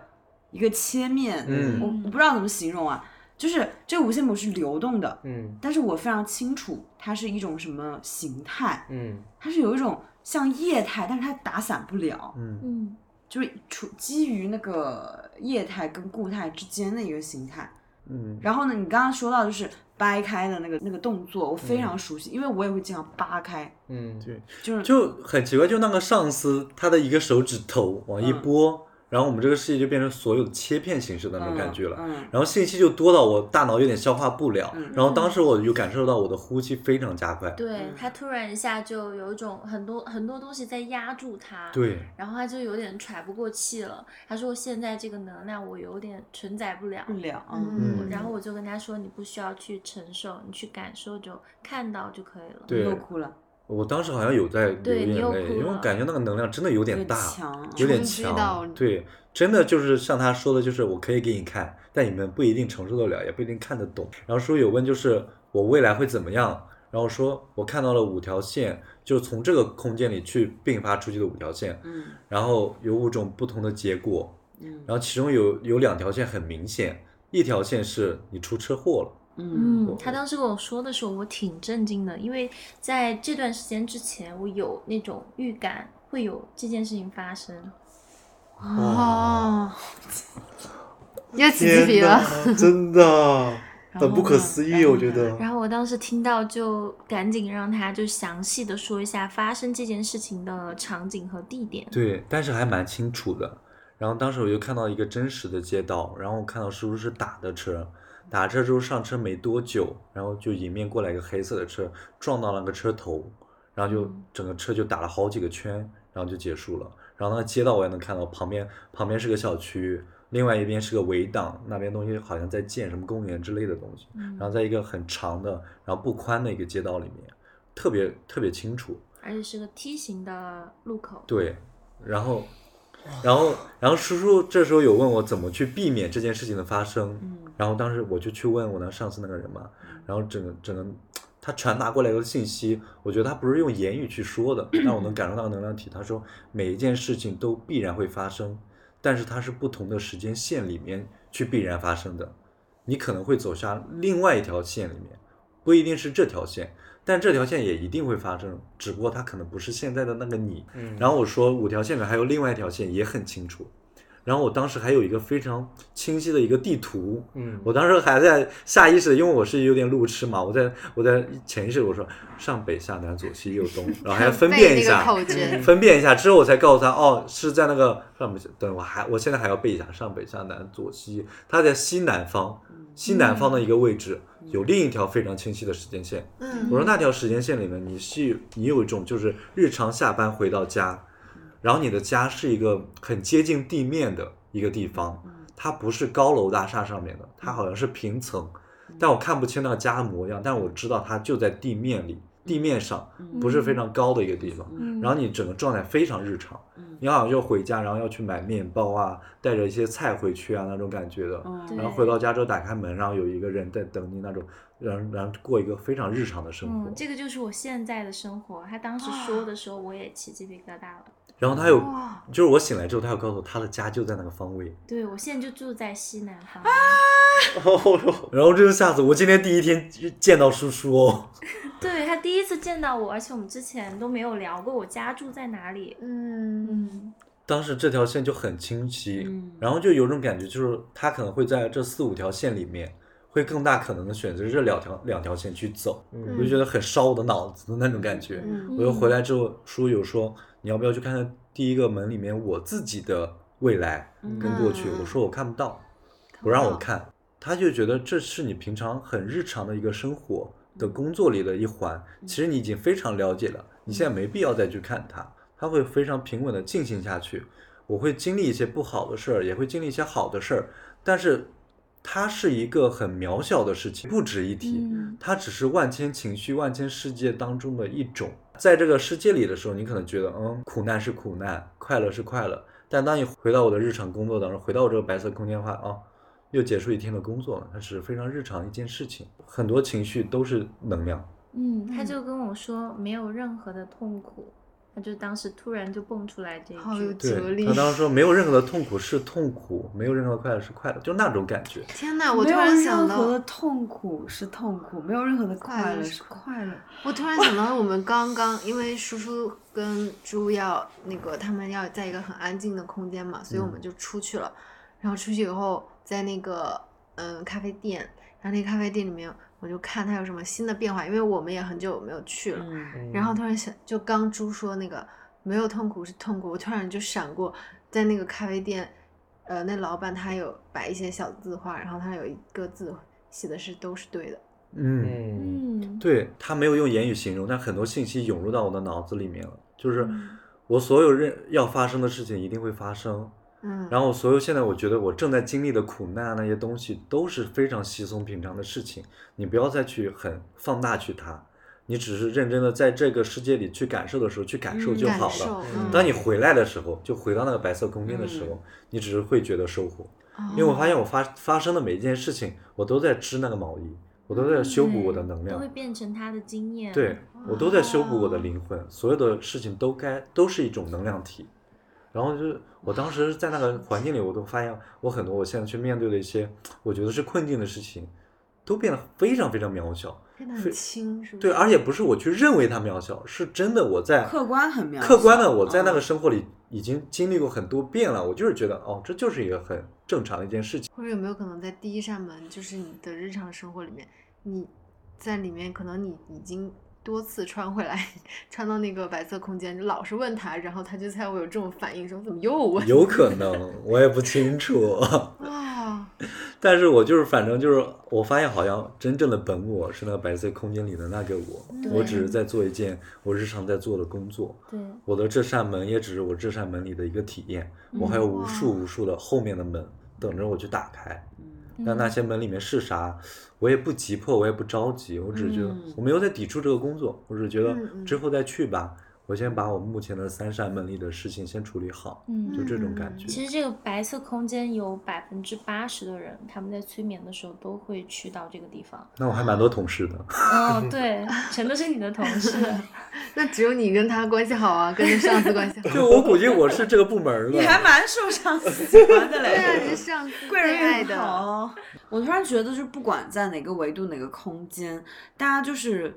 一个切面，嗯我我不知道怎么形容啊，就是这个五线谱是流动的，嗯但是我非常清楚它是一种什么形态，嗯它是有一种像液态，但是它打散不了，嗯嗯就是处基于那个液态跟固态之间的一个形态。嗯，然后呢，你刚刚说到就是掰开的那个那个动作，我非嗯常熟悉，因为我也会经常扒开，嗯，对就是就很奇怪，就那个上司他的一个手指头往一拨，然后我们这个世界就变成所有的切片形式的那种感觉了。嗯，然后信息就多到我大脑有点消化不了，嗯然后当时我就感受到我的呼吸非常加快，对嗯他突然一下就有一种很多很多东西在压住他，对然后他就有点喘不过气了。他说现在这个能量我有点承载不了不。了，嗯然后我就跟他说，你不需要去承受，你去感受就看到就可以了。对又哭了，我当时好像有在流对你眼又泪，哭因为我了感觉那个能量真的有点点大，强，有点冲击到强，对，真的就是像他说的，就是我可以给你看，但你们不一定承受得了，也不一定看得懂。然后书友问就是我未来会怎么样，然后说我看到了五条线，就是从这个空间里去并发出去的五条线，嗯然后有五种不同的结果，嗯然后其中有有两条线很明显，一条线是你出车祸了，嗯嗯，他当时跟我说的时候，我挺震惊的，因为在这段时间之前，我有那种预感会有这件事情发生。哦， 又起鸡皮了。， 真的然后很不可呢思然议，后我觉呢得。然后我当时听到就赶紧让他就详细的说一下发生这件事情的场景和地点。对，但是还蛮清楚的。然后当时我就看到一个真实的街道，然后我看到叔叔是打的车，打车之后上车没多久，然后就迎面过来一个黑色的车，撞到了那个车头，然后就嗯整个车就打了好几个圈，然后就结束了。然后那个街道我也能看到，旁边旁边是个小区，另外一边是个围挡，那边东西好像在建什么公园之类的东西。嗯然后在一个很长的，然后不宽的一个街道里面，特别特别清楚。而且是个梯形的路口。对，然后，然后，然后叔叔这时候有问我怎么去避免这件事情的发生，嗯然后当时我就去问我那上司那个人嘛，然后整个整个他传达过来的信息，我觉得他不是用言语去说的，但我能感受到能量体。他说每一件事情都必然会发生，但是它是不同的时间线里面去必然发生的，你可能会走向另外一条线里面，不一定是这条线。但这条线也一定会发生，只不过它可能不是现在的那个你，嗯然后我说五条线里还有另外一条线也很清楚，然后我当时还有一个非常清晰的一个地图，嗯我当时还在下意识地，因为我是有点路痴嘛，我在我在潜意识地我说上北下南左西右东，然后还要分辨一背那个下，口 诀，分辨一下之后我才告诉他哦是在那个上北等我还我现在还要背一下上北下南左西，它在西南方嗯西南方的一个位置有另一条非常清晰的时间线，嗯我说那条时间线里面，你是你有一种就是日常下班回到家，然后你的家是一个很接近地面的一个地方，嗯它不是高楼大厦上面的，它好像是平层，嗯但我看不清那个家的模样，但我知道它就在地面里，地面上嗯不是非常高的一个地方。嗯，然后你整个状态非常日常嗯，你好像就回家，然后要去买面包啊，带着一些菜回去啊那种感觉的。嗯哦对然后回到家之后打开门，然后有一个人在等你那种，然后然后过一个非常日常的生活。嗯，这个就是我现在的生活。他当时说的时候，我也起鸡皮疙瘩了。然后他有，哦哇，就是我醒来之后，他有告诉我他的家就在那个方位。对我现在就住在西南方。后然后这就吓死我，今天第一天见到叔叔哦。对他第一次见到我，而且我们之前都没有聊过我家住在哪里。嗯，嗯，当时这条线就很清晰，嗯然后就有种感觉，就是他可能会在这四五条线里面，会更大可能的选择这两条两条线去走，嗯我就觉得很烧我的脑子的那种感觉。嗯我又回来之后，叔有说你要不要去看看第一个门里面我自己的未来跟过去？嗯我说我看不到，看不不让我到看。他就觉得这是你平常很日常的一个生活，的工作里的一环，其实你已经非常了解了，你现在没必要再去看它，它会非常平稳的进行下去。我会经历一些不好的事儿，也会经历一些好的事儿，但是它是一个很渺小的事情，不值一提。嗯它只是万千情绪、万千世界当中的一种。在这个世界里的时候，你可能觉得，嗯，苦难是苦难，快乐是快乐。但当你回到我的日常工作当中，回到我这个白色空间的话，啊，又结束一天的工作了，它是非常日常一件事情。很多情绪都是能量，嗯，他嗯就跟我说没有任何的痛苦，他就当时突然就蹦出来这一好有句，哲对理他当时说，没有任何的痛苦是痛苦，没有任何快乐是快乐，就那种感觉。天哪！嗯没我突有然想任到，何的痛苦是痛苦，没有任何的快快乐乐是是快乐。我突然想到，我们刚刚因为叔叔跟猪要那个，他们要在一个很安静的空间嘛，所以我嗯们就出去了。然后出去以后，在那个嗯咖啡店，然后那个咖啡店里面，我就看它有什么新的变化，因为我们也很久没有去了。嗯，嗯然后突然想，就刚猪说那个没有痛苦是痛苦，我突然就闪过，在那个咖啡店，呃，那老板他有摆一些小字画，然后他有一个字写的是都是对的，嗯嗯嗯，对他没有用言语形容，但很多信息涌入到我的脑子里面了。就是嗯我所有认要发生的事情一定会发生，嗯，然后所有现在我觉得我正在经历的苦难啊那些东西都是非常稀松平常的事情，你不要再去很放大去它，你只是认真的在这个世界里去感受的时候去感受嗯就感好了。受，嗯、当你回来的时候，就回到那个白色空间的时候，你只是会觉得收获，因为哦我发现我发发生的每一件事情，我都在织那个毛衣，我都在修补我嗯的能嗯都量会。变成他的经验，对，我都在修补哦我的灵魂，所有的事情都该都是一种能量体。然后就是我当时在那个环境里，我都发现我很多我现在去面对的一些我觉得是困境的事情，都变得非常非常渺小。变得很非轻，是不对，是而且不是我去认为它渺小，是真的我在客观很渺小客观的我在那个嗯生活里已经经历过很多遍了，我就是觉得哦，这就是一个很正常的一件事情。或者有没有可能在第一扇门，就是你的日常生活里面，你在里面可能你已经多次穿回来， 穿到那个白色空间，你老是问他，然后他就才会有这种反应，说怎么又问？有可能，我也不清楚。哇，但是我就是，反正就是，我发现好像真正的本我是那个白色空间里的那个我，我只是在做一件我日常在做的工作，对，我的这扇门也只是我这扇门里的一个体验，我还有无数哇无数的后面的门等着我去打开。但嗯那些门里面是啥，我也不急迫，我也不着急，我只是觉得嗯我没有在抵触这个工作，我只是觉得嗯嗯之后再去吧，我先把我目前的三扇门里的事情先处理好，嗯就这种感觉。其实这个白色空间有百分之八十的人，他们在催眠的时候都会去到这个地 方。那我还蛮多同事的。哦，对，全都是你的同事。 那只有你跟他关系好啊，跟着上司关系 好。就我估计我是这个部门儿你还的，蛮受上司喜欢的对啊，嘞你。是上司 贵最爱人运的，好。 我突然觉得，就是不管在哪个维度、哪个空间，大家就是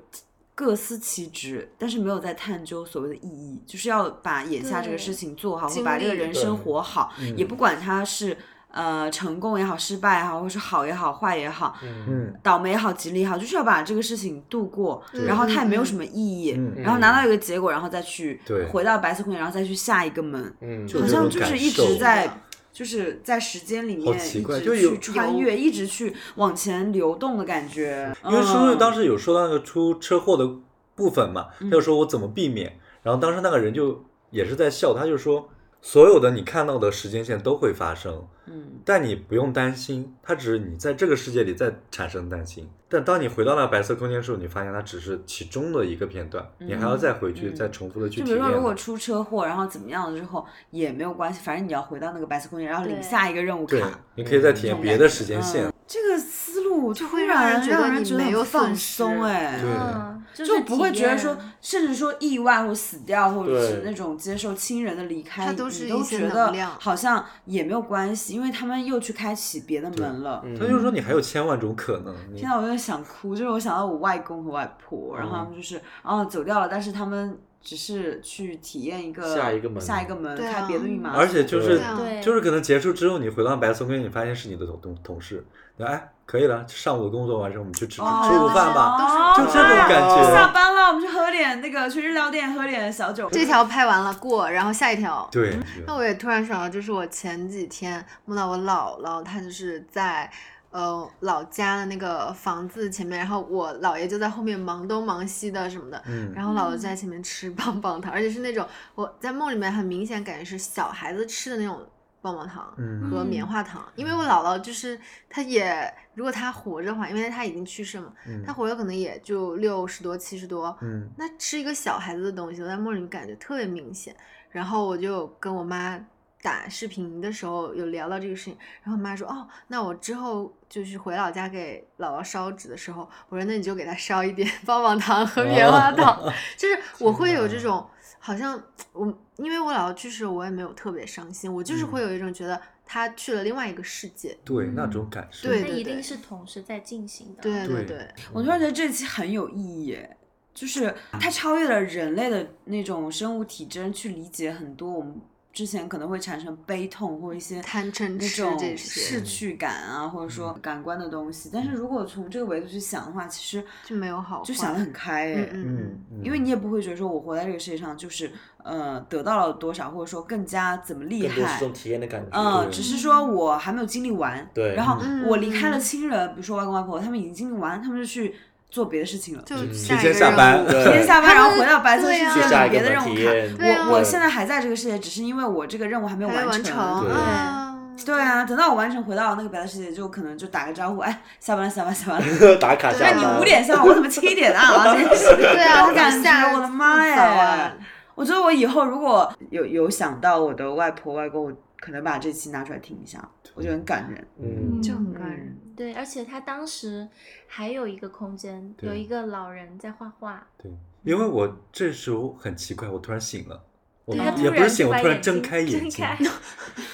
各司其职，但是没有在探究所谓的意义，就是要把眼下这个对事情做好，或经把这个历人对生活好，嗯也不管他是呃成功也好、失败也好，或是好也好、坏也好。嗯嗯倒霉也好，吉利也好，就是要把这个事情度过，对然后它也没有嗯什么意义，嗯然后拿到一个结果，然后再去对回到白色空间，然后再去下一个门，嗯，就好这像种就感是一受直在，就是在时间里面好奇怪一就直有去穿越，一直去往前流动的感觉。嗯因为叔叔当时时有说到那个出车祸的部分嘛，他嗯就说我怎么避免，然后当时那个人就也是在笑，他就说所有的你看到的时间线都会发生，嗯，但你不用担心，它只是你在这个世界里在产生担心。但当你回到那个白色空间的时候，你发现它只是其中的一个片段，你还要再回去嗯再重复的去就比体如验说，如果它。出车祸，然后怎么样了之后也没有关系，反正你要回到那个白色空间，然后领对下一个任务对卡。，你可以再体这验种别感的觉时间线。这个思路就会让让人人觉得让人你觉得没有很放损失松哎，对嗯，就就是不会体觉得验说，甚至说意外或死掉，或者是对那种接受亲人的离开，它都你是都一些觉能得量好像也没有关系，因为他们又去开启别的门了。嗯他就说你还有千万种可能，你天呐，我有点想哭，就是我想到我外公和外婆，然后嗯他们就是哦走掉了，但是他们只是去体验一个下一个门下一个门对啊开别的密码，而且就是对啊对，就是可能结束之后，你回到白色空间，你发现是你的同同同事，你说哎，可以了，上午的工作完成，我们去吃吃哦吃午饭吧。哦就这种感觉哦下班了，我们去喝点那个去日料店喝点小酒。这条拍完了过，然后下一条。对，那我也突然想到，就是我前几天梦到我姥姥，她就是在。呃老家的那个房子前面，然后我姥爷就在后面忙东忙西的什么的，嗯然后姥姥就在前面吃 棒棒糖，而且是那种我在梦里面很明显感觉是小孩子吃的那种棒棒糖。嗯和棉花糖，因为我姥姥就是她也，如果她活着的话，因为她已经去世嘛，嗯她活着可能也就六十多、七十多，嗯那吃一个小孩子的东西，我在梦里面感觉特别明显。然后我就跟我妈打视频的时候有聊到这个事情，然后我妈说：“哦，那我之后就是回老家给姥姥烧纸的时候，我说那你就给她烧一点 棒棒糖和棉花糖。就是我会有这种好像我因为我姥姥去世，我也没有特别伤心，我就是会有一种觉得她去了另外一个世界。对嗯那种感受，对它一对定是同时在进行的。对对对，我突然觉得这期很有意义耶，就是它超越了人类的那种生物体征，去理解很多我们之前可能会产生悲痛或一些贪嗔那痴种这些嗯逝去感啊，或者说感官的东西。但是如果从这个维度去想的话，其实就没有好就坏想得很开嗯哎。嗯嗯嗯，嗯因为你也不会觉得说我活在这个世界上就是呃得到了多少，或者说更加怎么厉更多是害这，种体验的感觉。嗯，对只是说我还没有经历完。对然后嗯我离开了亲人，比如说外公外婆，他们已经经历完，他们就去做别的事情了。就嗯下提前一个下任班务对提前下班，他然后们回到白色对世啊去界下领一个别的任门务体卡。验。对啊我我现在还在这个世界，只是因为我这个任务还没有还没完完成对啊对啊，等到我完成回到那个白色世界，就可能就打个招呼，哎，下班了，下班了，下班了。嗯打卡对下那班。你五点下班，我怎么七点啊？真是， 对啊，我感觉下我的妈早啊呀！！我觉得我以后如果有有想到我的外婆外公，我可能把这期拿出来听一下，我觉得很感人。嗯，就很感人。对，而且他当时还有一个空间，对有一个老人在画画，对，因为我这时候很奇怪，我突然醒了，我对他突也不是然醒，我把突然眼睁睛开眼睁睛开，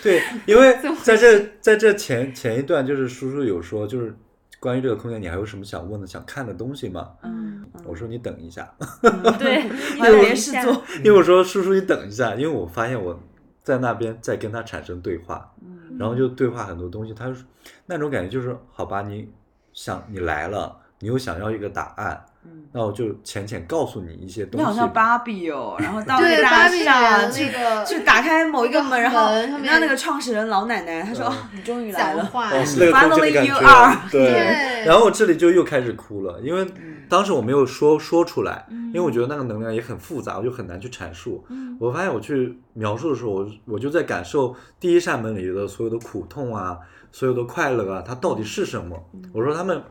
对，因为怎么在这在这前前一段，就是叔叔有说，就是关于这个空间，你还有什么想问的、想看的东西吗？嗯，我说你等一下， 嗯，对，我有有别事做。。因为我说叔叔你等一下，因为我发现我在那边在跟他产生对话，嗯然后就对话很多东西，他就说那种感觉就是好吧，你想你来了，你又想要一个答案，嗯，那我就浅浅告诉你一些东你西吧。好像芭比哦，然后到那对，个芭大比厦的去那个就打开某一个门，然后那个门上人面家那个创始人老奶奶，她说：“嗯哦你终于来讲了。话，哦，是那个空间的 Finally 感 you are 觉。对，对，然后我这里就又开始哭了，因为嗯当时我没有说说出来，嗯因为我觉得那个能量也很复杂，我就很难去阐述。嗯我发现我去描述的时候，我我就在感受第一扇门里的所有的苦痛啊，所有的快乐啊，它到底是什么？我说他们，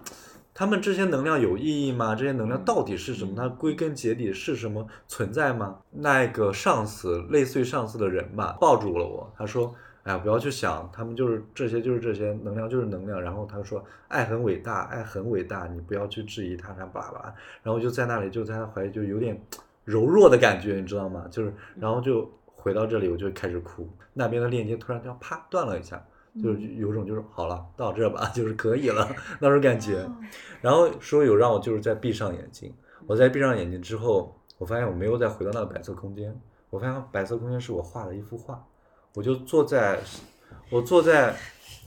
他们这些能量有意义吗？这些能量到底是什么？它归根结底是什么存在吗？那个上司，类似于上司的人吧，抱住了我，他说。哎呀，不要去想，他们就是这些，就是这些能量，就是能量。然后他说，爱很伟大，爱很伟大，你不要去质疑它，它爸爸。然后就在那里，就在他怀里，就有点柔弱的感觉，你知道吗？就是，然后就回到这里，我就开始哭。那边的链接突然就啪断了一下，就是有种就是好了，到这吧， 就是可以了那种感觉。哦然后说有让我就是在闭上眼睛，我在闭上眼睛之后，我发现我没有再回到那个白色空间，我发现白色空间是我画的一幅画，我就坐在，我坐在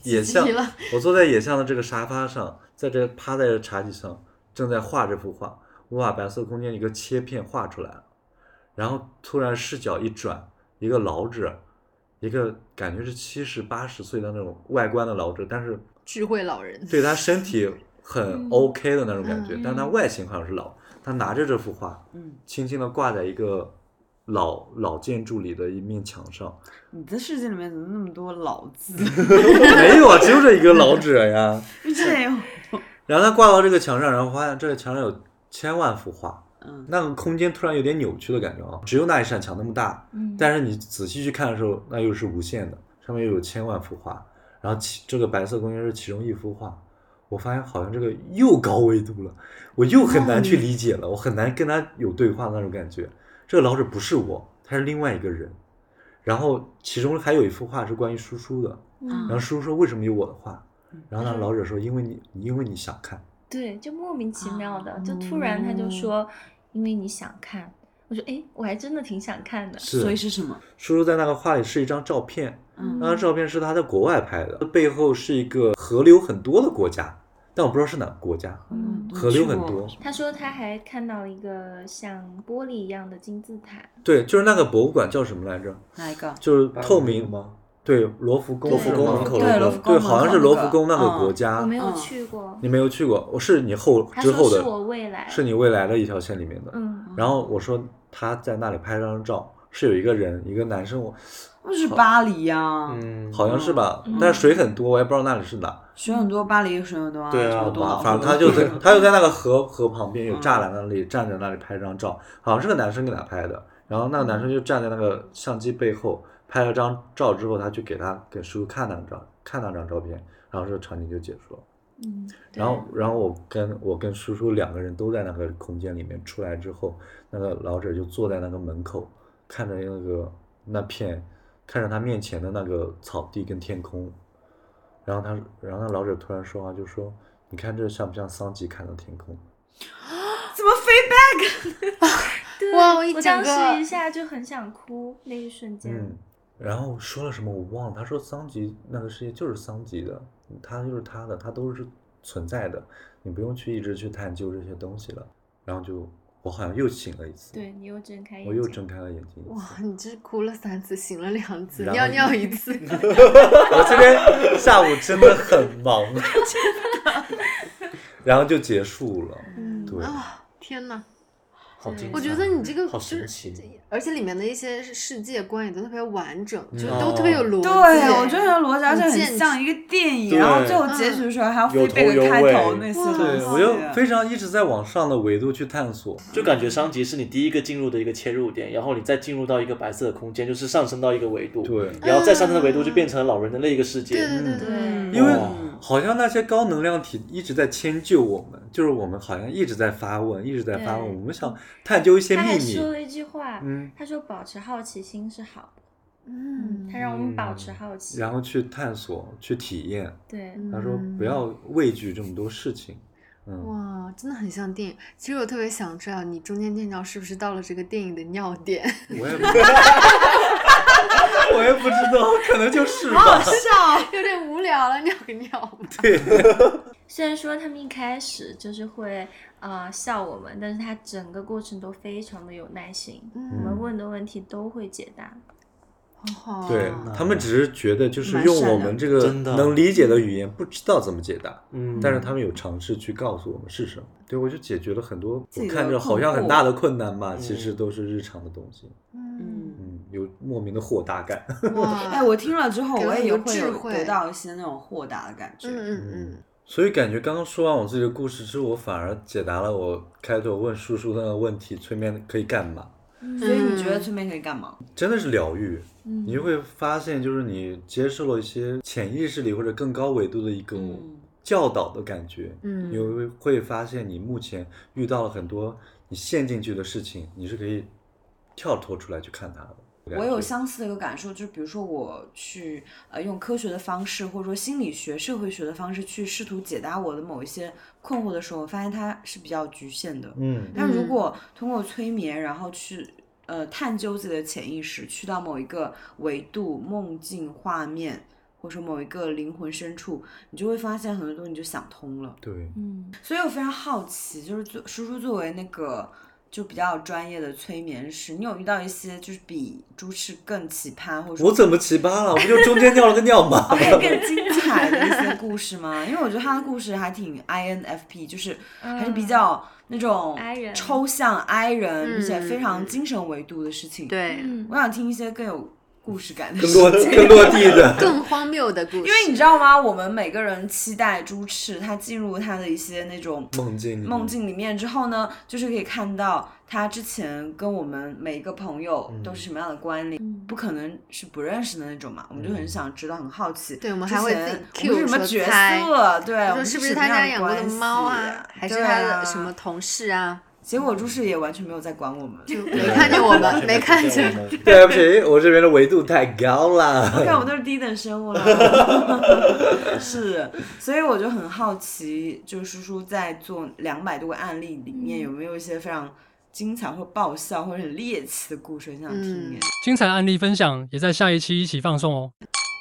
野象急了，我坐在野象的这个沙发上，在这趴在这茶几上，正在画这幅画，我把白色空间一个切片画出来了，然后突然视角一转，一个老者。一个感觉是七十八十岁的那种外观的老者，但是智慧老人，对他身体很嗯 OK 的那种感觉，嗯但他外形好像是老。他拿着这幅画，嗯，轻轻地挂在一个老老建筑里的一面墙上。 你的世界里面怎么那么多老字？嗯 没有啊，只有这一个老者呀。对 哦，然后他挂到这个墙上，然后发现这个墙上有千万幅画，嗯，那个空间突然有点扭曲的感觉啊，只有那一扇墙那么大，嗯但是你仔细去看的时候，那又是无限的，上面又有千万幅画，然后其这个白色空间是其中一幅画，我发现好像这个又高维度了，我又很难去理解了，我很难跟他有对话的那种感觉。这个老者不是我，他是另外一个人，然后其中还有一幅画是关于叔叔的，然后嗯，叔叔说为什么有我的画，然后那嗯老者说因为你你因为你想看，对，就莫名其妙的，啊就突然他哦就说，因为你想看，我说哎，我还真的挺想看的，是所以是什么？叔叔在那个画里是一张照片。嗯那张照片是他在国外拍的，背后是一个河流很多的国家，但我不知道是哪个国家，嗯河流很多。他说他还看到了一个像玻璃一样的金字塔，对，就是那个博物馆叫什么来着？哪一个？就是透明吗？对罗浮宫罗是浮宫吗门口对那个罗浮宫对，门口好像是那罗个浮宫那个嗯国家，我没有嗯去过，你没有去过，我是你后他之说后是的，我未来，是你未来的一条线里面的。嗯，然哦后我说他在那里拍张照，是有一个人，一个男生，我那是巴黎呀、嗯，好像是吧，嗯但是水很多，我也不知道那里是哪。水很多，巴黎也水很多啊，对啊什么多吧，瑙反正河他就在 他就在那个河河旁边有嗯栅栏那里站着那里拍张照，好像是个男生给他拍的，然后那个男生就站在那个相机背后拍了张照之后，他去给他给叔叔看那张看那张照片，然后这个场景就结束了。嗯，然后然后我跟我跟叔叔两个人都在那个空间里面，出来之后，那个老者就坐在那个门口，看着那个那片，看着他面前的那个草地跟天空，然后他然后那老者突然说话就说：“你看这像不像桑吉看的天空怎么 feedback？对，哇我我一当整个时一下就很想哭，那一瞬？”间，嗯，然后说了什么我忘了，他说桑吉那个世界就是桑吉的，他就是他的，他都是存在的，你不用去一直去探究这些东西了。然后就我好像又醒了一次。对你又睁开眼睛，我又睁开了眼睛。哇，你这哭了三次，醒了两次，然后尿尿一次，我今天下午真的很忙， 然后就结束了。嗯，对，哦天哪！好啊精彩我觉得你这个好就是神奇，而且里面的一些世界观也都特别完整，嗯就都特别有逻辑。对，我觉得罗家这很像一个电影，对然后最后结局的时候还要有 feedback 头有个开头尾那些嗯哇东对西。啊我又非常一直在往上的维度去探索。就感觉桑吉是你第一个进入的一个切入点，然后你再进入到一个白色的空间，就是上升到一个维度，对然后再上升的维度就变成了老人的另一个世界，啊对对对对，嗯对，因为哇好像那些高能量体一直在迁就我们，就是我们好像一直在发问，一直在发问，对我们想探究一些他秘还说密。了一句话，嗯，他说保持好奇心是好的，嗯，他让我们保持好奇，然后去探索，去体验。对，他说嗯不要畏惧这么多事情。嗯，哇，真的很像电影。其实我特别想知道，你中间尿尿是不是到了这个电影的尿点？ 我也不， 我也不知道，可能就是吧。笑，有点无聊了，尿个尿吧。虽然说他们一开始就是会呃笑我们，但是他整个过程都非常的有耐心，我嗯，们问的问题都会解答。好啊好。对嗯他们只是觉得就是蛮用善我良们的这个真的能理解的语言，不知道怎么解答，嗯，但是他们有尝试去告诉我们是什么。对我就解决了很多自我己的看着好困像很惑大的困难吧，其嗯实都是日常的东西。嗯，嗯，嗯，有莫名的豁达感。哇，哎，我听了之后，给了我很也多会智有慧得到一些那种豁达的感觉。嗯嗯嗯，所以感觉刚刚说完我自己的故事之后，我反而解答了我开头问叔叔的那个问题：催眠可以干嘛？所以你觉嗯得催眠可以干嘛？真的是疗愈，嗯你就会发现，就是你接受了一些潜意识里或者更高维度的一种嗯教导的感觉，嗯你会会发现你目前遇到了很多你陷进去的事情，你是可以跳脱出来去看它的。我感有觉相似的一个感受，就是比如说我去呃用科学的方式，或者说心理学、社会学的方式去试图解答我的某一些困惑的时候，我发现它是比较局限的。嗯但如嗯果通过催眠，然后去呃探究自己的潜意识，去到某一个维度、梦境、画面，或者说某一个灵魂深处，你就会发现很多东西你就想通了。对，嗯，所以我非常好奇，就是作叔叔作为那个就比较专业的催眠师，你有遇到一些就是比朱赤更奇葩，或者说 我怎么奇葩了？我不就中间尿了个尿吗？还有更精彩的一些故事吗？因为我觉得他的故事还挺 INFP，就是还是比嗯较那种 I 人抽象 I 人，而且嗯非常精神维度的事情。，对，嗯我，想听一些更有故事感的 更事落情。更落地的，更荒谬的故事。因为你知道吗？我们每个人期待朱赤他进入他的一些那种梦境里梦境里面之后呢，就是可以看到他之前跟我们每一个朋友都是什么样的关联，嗯不可能是不认识的那种嘛，我们就很想知道，很好奇。对我们之还会前自己我们 cue 是什么说角猜色？啊对，我说们是不是是他什么家样养过的关猫系啊，还是对他啊的什么同事 啊？结果朱氏也完全没有在管 我们。没看见我们， 没看见。对不起，我这边的维度太高你 看，了。 我们都是低等生物了。 是，所以我就很好奇，就是叔叔在做两百多个案例里面，嗯有没有一些非常精彩或爆笑或者很猎奇的故事，很想听耶。精彩案例分享也在下一期一起放送哦。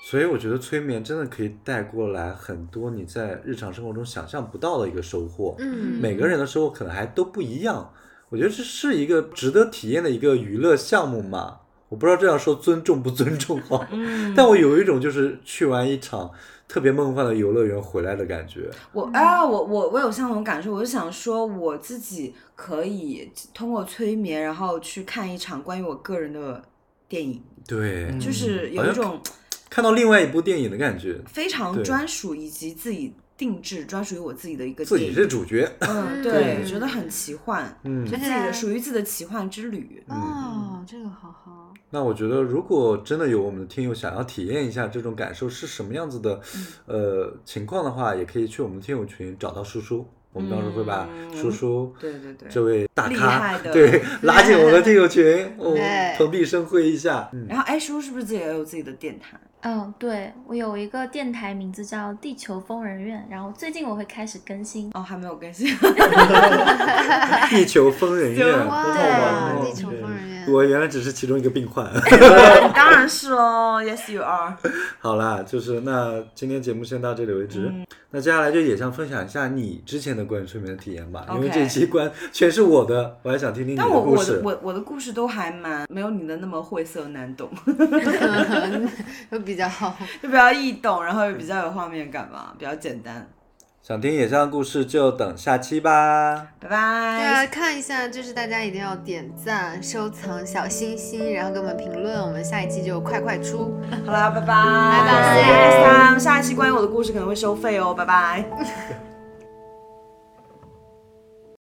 所以我觉得催眠真的可以带过来很多你在日常生活中想象不到的一个收获。嗯每个人的收获可能还都不一样。我觉得这是一个值得体验的一个娱乐项目嘛。我我不知道这样说尊重不尊重好，嗯 但我有一种就是去完一场特别梦幻的游乐园回来的感觉。我啊，我我我有相同感受，我就想说我自己可以通过催眠，然后去看一场关于我个人的电影，对，嗯就是好有一像种看到另外一部电影的感觉，非常对专属以及自己定制、专属于我自己的一个自电己影。是主角。嗯，对对，觉得很奇幻，嗯自己在的属于自己的奇幻之旅。哦，这个好好，那我觉得，如果真的有我们的听友想要体验一下这种感受是什么样子的，嗯呃，情况的话，也可以去我们的听友群找到叔叔，我们到时候会把嗯叔叔对对对，这位大厉咖害的对 拉进我们的听友群，哦我们哎对蓬荜生辉一下。嗯，然后哎，叔是不是自己也有自己的电台？嗯，对我有一个电台名字叫《地球疯人院》，然后最近我会开始更新。哦，还没有更 新。哎地球疯人院，行好啊哇好玩，哦地球疯人院，我原来只是其中一个病患。 当然是喽，Yes you are。好啦，就是那今天节目先到这里为止。嗯那接下来就也想分享一下你之前的关于催眠的体验吧因为 OK 这一期关全是我的，我还想听听你但我故我事的。我我的故事都还蛮没有你的那么晦涩难懂， 又比较好。就比较易懂，然后也比较有画面感吧，比较简单。想听野象的故事就等下期吧。拜大拜。家啊看一下，就是大家一定要点赞、收藏、小心心，然后给我们评论，我们下一期就快快出。好啦，拜拜，拜拜拜。下一期关于我的故事可能会收费哦，拜拜。